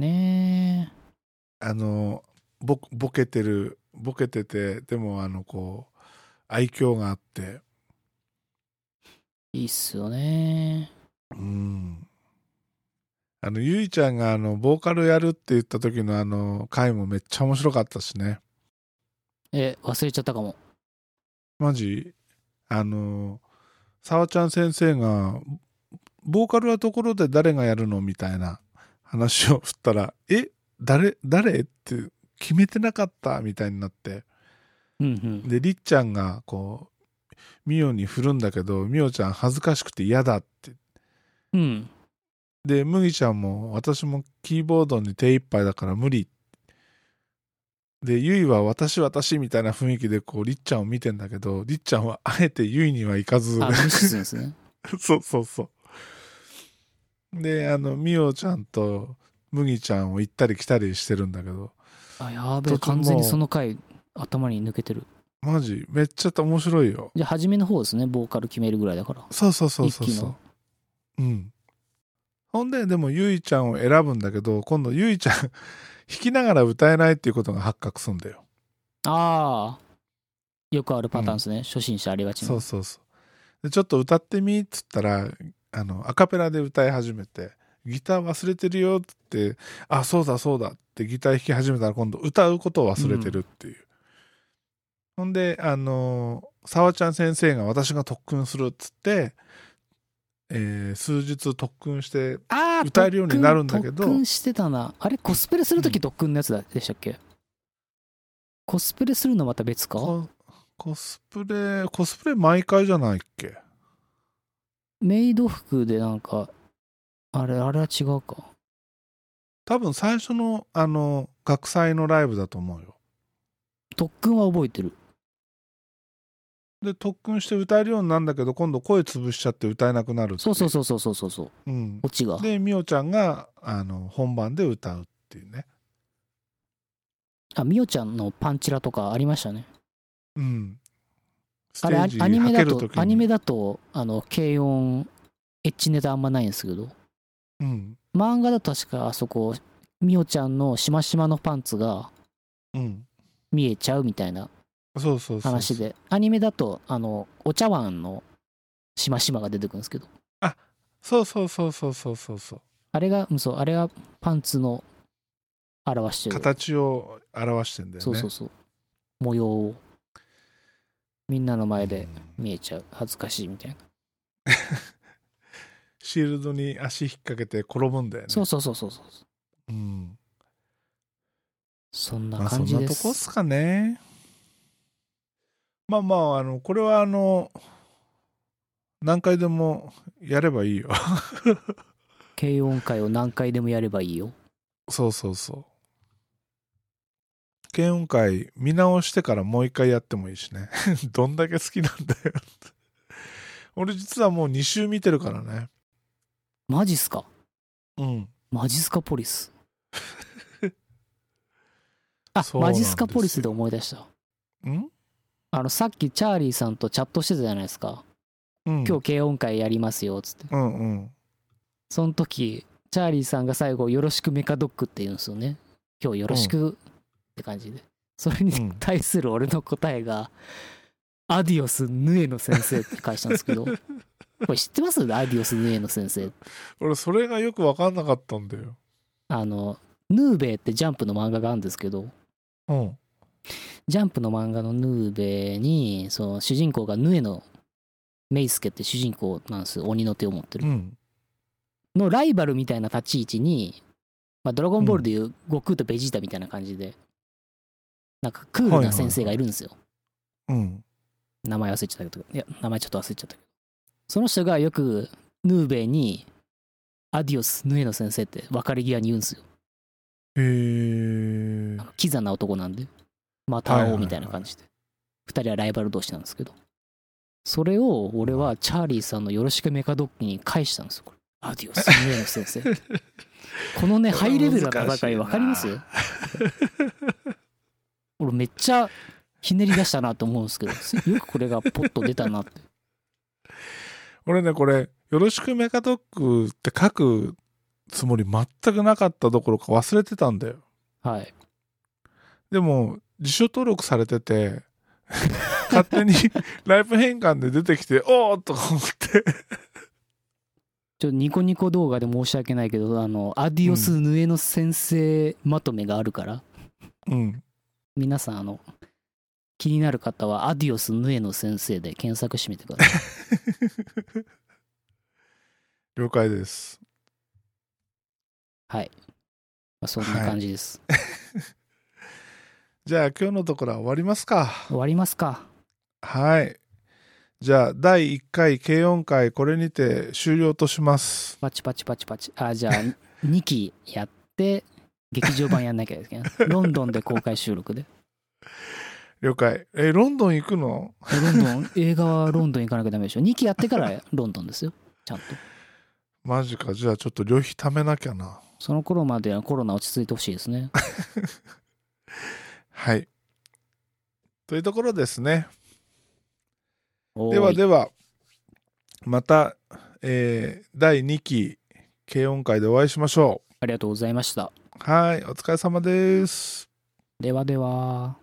Speaker 2: ねえ。
Speaker 1: あの、ぼ、ぼけてる、ぼけてて、でも、あの、こう、愛嬌があって。
Speaker 2: いいっすよね。
Speaker 1: うん。あの、ゆいちゃんが、あの、ボーカルやるって言った時の、あの、回もめっちゃ面白かったしね。
Speaker 2: え、忘れちゃったかも。
Speaker 1: マジあの、沢ちゃん先生が、ボーカルはところで誰がやるのみたいな話を振ったら、え誰誰って決めてなかったみたいになって。
Speaker 2: うんうん。
Speaker 1: で、りっちゃんが、こう、みおに振るんだけど、みおちゃん恥ずかしくて嫌だって。
Speaker 2: うん。
Speaker 1: で、麦ちゃんも、私もキーボードに手一杯だから無理。で、ゆいは私私みたいな雰囲気で、こう、りっちゃんを見てんだけど、りっちゃんはあえてゆいには行かず。
Speaker 2: あ、無視するんですね。
Speaker 1: そうそうそう。で、あの、みおちゃんと麦ちゃんを行ったり来たりしてるんだけど、
Speaker 2: あ、やべ
Speaker 1: 途中もう
Speaker 2: え、完全にその回、頭に抜けてる。
Speaker 1: マジ、めっちゃ面白いよ。
Speaker 2: じゃあ、初めの方ですね、ボーカル決めるぐらいだから。
Speaker 1: そうそうそうそうそう。うん。ほんで、でも、ゆいちゃんを選ぶんだけど、今度、ゆいちゃん、弾きながら歌えないっていうことが発覚すんだよ。
Speaker 2: ああ。よくあるパターンですね。初心者ありがちな。
Speaker 1: そうそうそう。で、ちょっと歌ってみっつったら、あのアカペラで歌い始めてギター忘れてるよってあそうだそうだってギター弾き始めたら今度歌うことを忘れてるっていう、ほんであの沢ちゃん先生が私が特訓するっつって、えー数日特訓して
Speaker 2: あー
Speaker 1: 歌えるようになるんだけど
Speaker 2: 特訓特訓してたなあれコスプレするとき特訓のやつだでしたっけ、コスプレするのまた別か
Speaker 1: ココスプレコスプレ毎回じゃないっけ
Speaker 2: メイド服でなんかあれあれは違うか
Speaker 1: 多分最初のあの学祭のライブだと思うよ
Speaker 2: 特訓は覚えてる
Speaker 1: で特訓して歌えるようになるんだけど今度声潰しちゃって歌えなくなるってい
Speaker 2: そうそうそうそうそうそうそう
Speaker 1: う、うん、
Speaker 2: オチが
Speaker 1: でみおちゃんがあの本番で歌うっていうね
Speaker 2: あみおちゃんのパンチラとかありましたね
Speaker 1: うんステ
Speaker 2: あれア
Speaker 1: ー
Speaker 2: ニ
Speaker 1: ジ
Speaker 2: アニメだ
Speaker 1: はけ
Speaker 2: と
Speaker 1: る時に
Speaker 2: アニメだとあの軽音エッジネタあんまないんですけど
Speaker 1: うん
Speaker 2: 漫画だと確かあそこみおちゃんのしましまのパンツが
Speaker 1: うん
Speaker 2: 見えちゃうみたいな
Speaker 1: そうそうそうそう
Speaker 2: 話でアニメだとあのお茶碗のしましまが出てくるんですけど
Speaker 1: そうそうそうそうそうそうそう
Speaker 2: あれがうんそうあれがパンツの表してる
Speaker 1: 形を表してんだよね
Speaker 2: そうそうそう模様をみんなの前で
Speaker 1: うん
Speaker 2: 見えちゃう恥ずかしいみたいな
Speaker 1: シールドに足引っ掛けて転ぶんだよね
Speaker 2: そうそうそうそうそう
Speaker 1: うん
Speaker 2: そんな
Speaker 1: まあ
Speaker 2: 感じ
Speaker 1: そん
Speaker 2: で
Speaker 1: なとこっ
Speaker 2: す
Speaker 1: すかねまあまああのこれはあの何回でもやればいいよ
Speaker 2: 軽音会を何回でもやればいいよ
Speaker 1: そうそうそう検温会見直してからもう一回やってもいいしね どんだけ好きなんだよって俺実はもう2週見てるからね
Speaker 2: マジっすか
Speaker 1: うん
Speaker 2: マジスカポリ スあ
Speaker 1: そうなんで
Speaker 2: マ
Speaker 1: すよ
Speaker 2: ジスカポリスで思い出した
Speaker 1: うん
Speaker 2: あのさっきチャーリーさんとチャットしてたじゃないですか
Speaker 1: うん
Speaker 2: 今日軽音会やりますよつって
Speaker 1: うんうん
Speaker 2: その時チャーリーさんが最後「よろしくメカドック」って言うんですよね今日よろしくって感じでそれに
Speaker 1: うん
Speaker 2: 対する俺の答えが「アディオス・ヌエの先生」って返したんです けどこれ知ってますアディオス・ヌエの先生
Speaker 1: 俺それがよく分かんなかったんだよ
Speaker 2: あのヌーベイってジャンプの漫画があるんですけど
Speaker 1: うん
Speaker 2: ジャンプの漫画のヌーベイにその主人公がヌエのメイスケって主人公なんですよ鬼の手を持ってる
Speaker 1: うん
Speaker 2: のライバルみたいな立ち位置に、まあ、ドラゴンボールでいう悟空とベジータみたいな感じで、なんかクールな先生がいるんですよ、
Speaker 1: うん
Speaker 2: 名前忘れちゃったけどいや名前ちょっと忘れちゃったけどその人がよくヌーベイに「アディオスヌエの先生」って別れ際に言うんですよ
Speaker 1: へえ
Speaker 2: あのキザな男なんでまた会おうみたいな感じで、二人はライバル同士なんですけどそれを俺はチャーリーさんの「よろしくメカドッキ」に返したんですよこれアディオスヌエの先生 このねハイレベルな戦い分かります俺めっちゃひねり出したなと思うんですけどすよくこれがポッと出たなって
Speaker 1: 俺ねこれ「よろしくメカドック」って書くつもり全くなかったどころか忘れてたんだよ
Speaker 2: はい
Speaker 1: でも辞書登録されてて勝手にライブ変換で出てきておーっとか思って
Speaker 2: ちょっとニコニコ動画で申し訳ないけどあのアディオスヌエの先生まとめがあるから、
Speaker 1: うん
Speaker 2: 皆さんあの気になる方はアディオスヌエの先生で検索してみてく ださい
Speaker 1: 了解です
Speaker 2: はい、まあ、そんな感じです、
Speaker 1: じゃあ今日のところは終わりますか
Speaker 2: 終わりますか
Speaker 1: はいじゃあ第1回軽音会これにて終了とします
Speaker 2: パチパチパチパチあじゃあ2期やって劇場版やんなきゃいけないですねロンドンで公開収録で
Speaker 1: 了解えロンドン行くの
Speaker 2: えロンドン映画はロンドン行かなきゃダメでしょ2期やってからロンドンですよちゃんと
Speaker 1: マジかじゃあちょっと旅費貯めなきゃな
Speaker 2: その頃まではコロナ落ち着いてほしいですね
Speaker 1: はいというところですね
Speaker 2: おーい
Speaker 1: ではではまた、えー第2期軽音会でお会いしましょう
Speaker 2: ありがとうございました
Speaker 1: はい、お疲れ様です。
Speaker 2: ではでは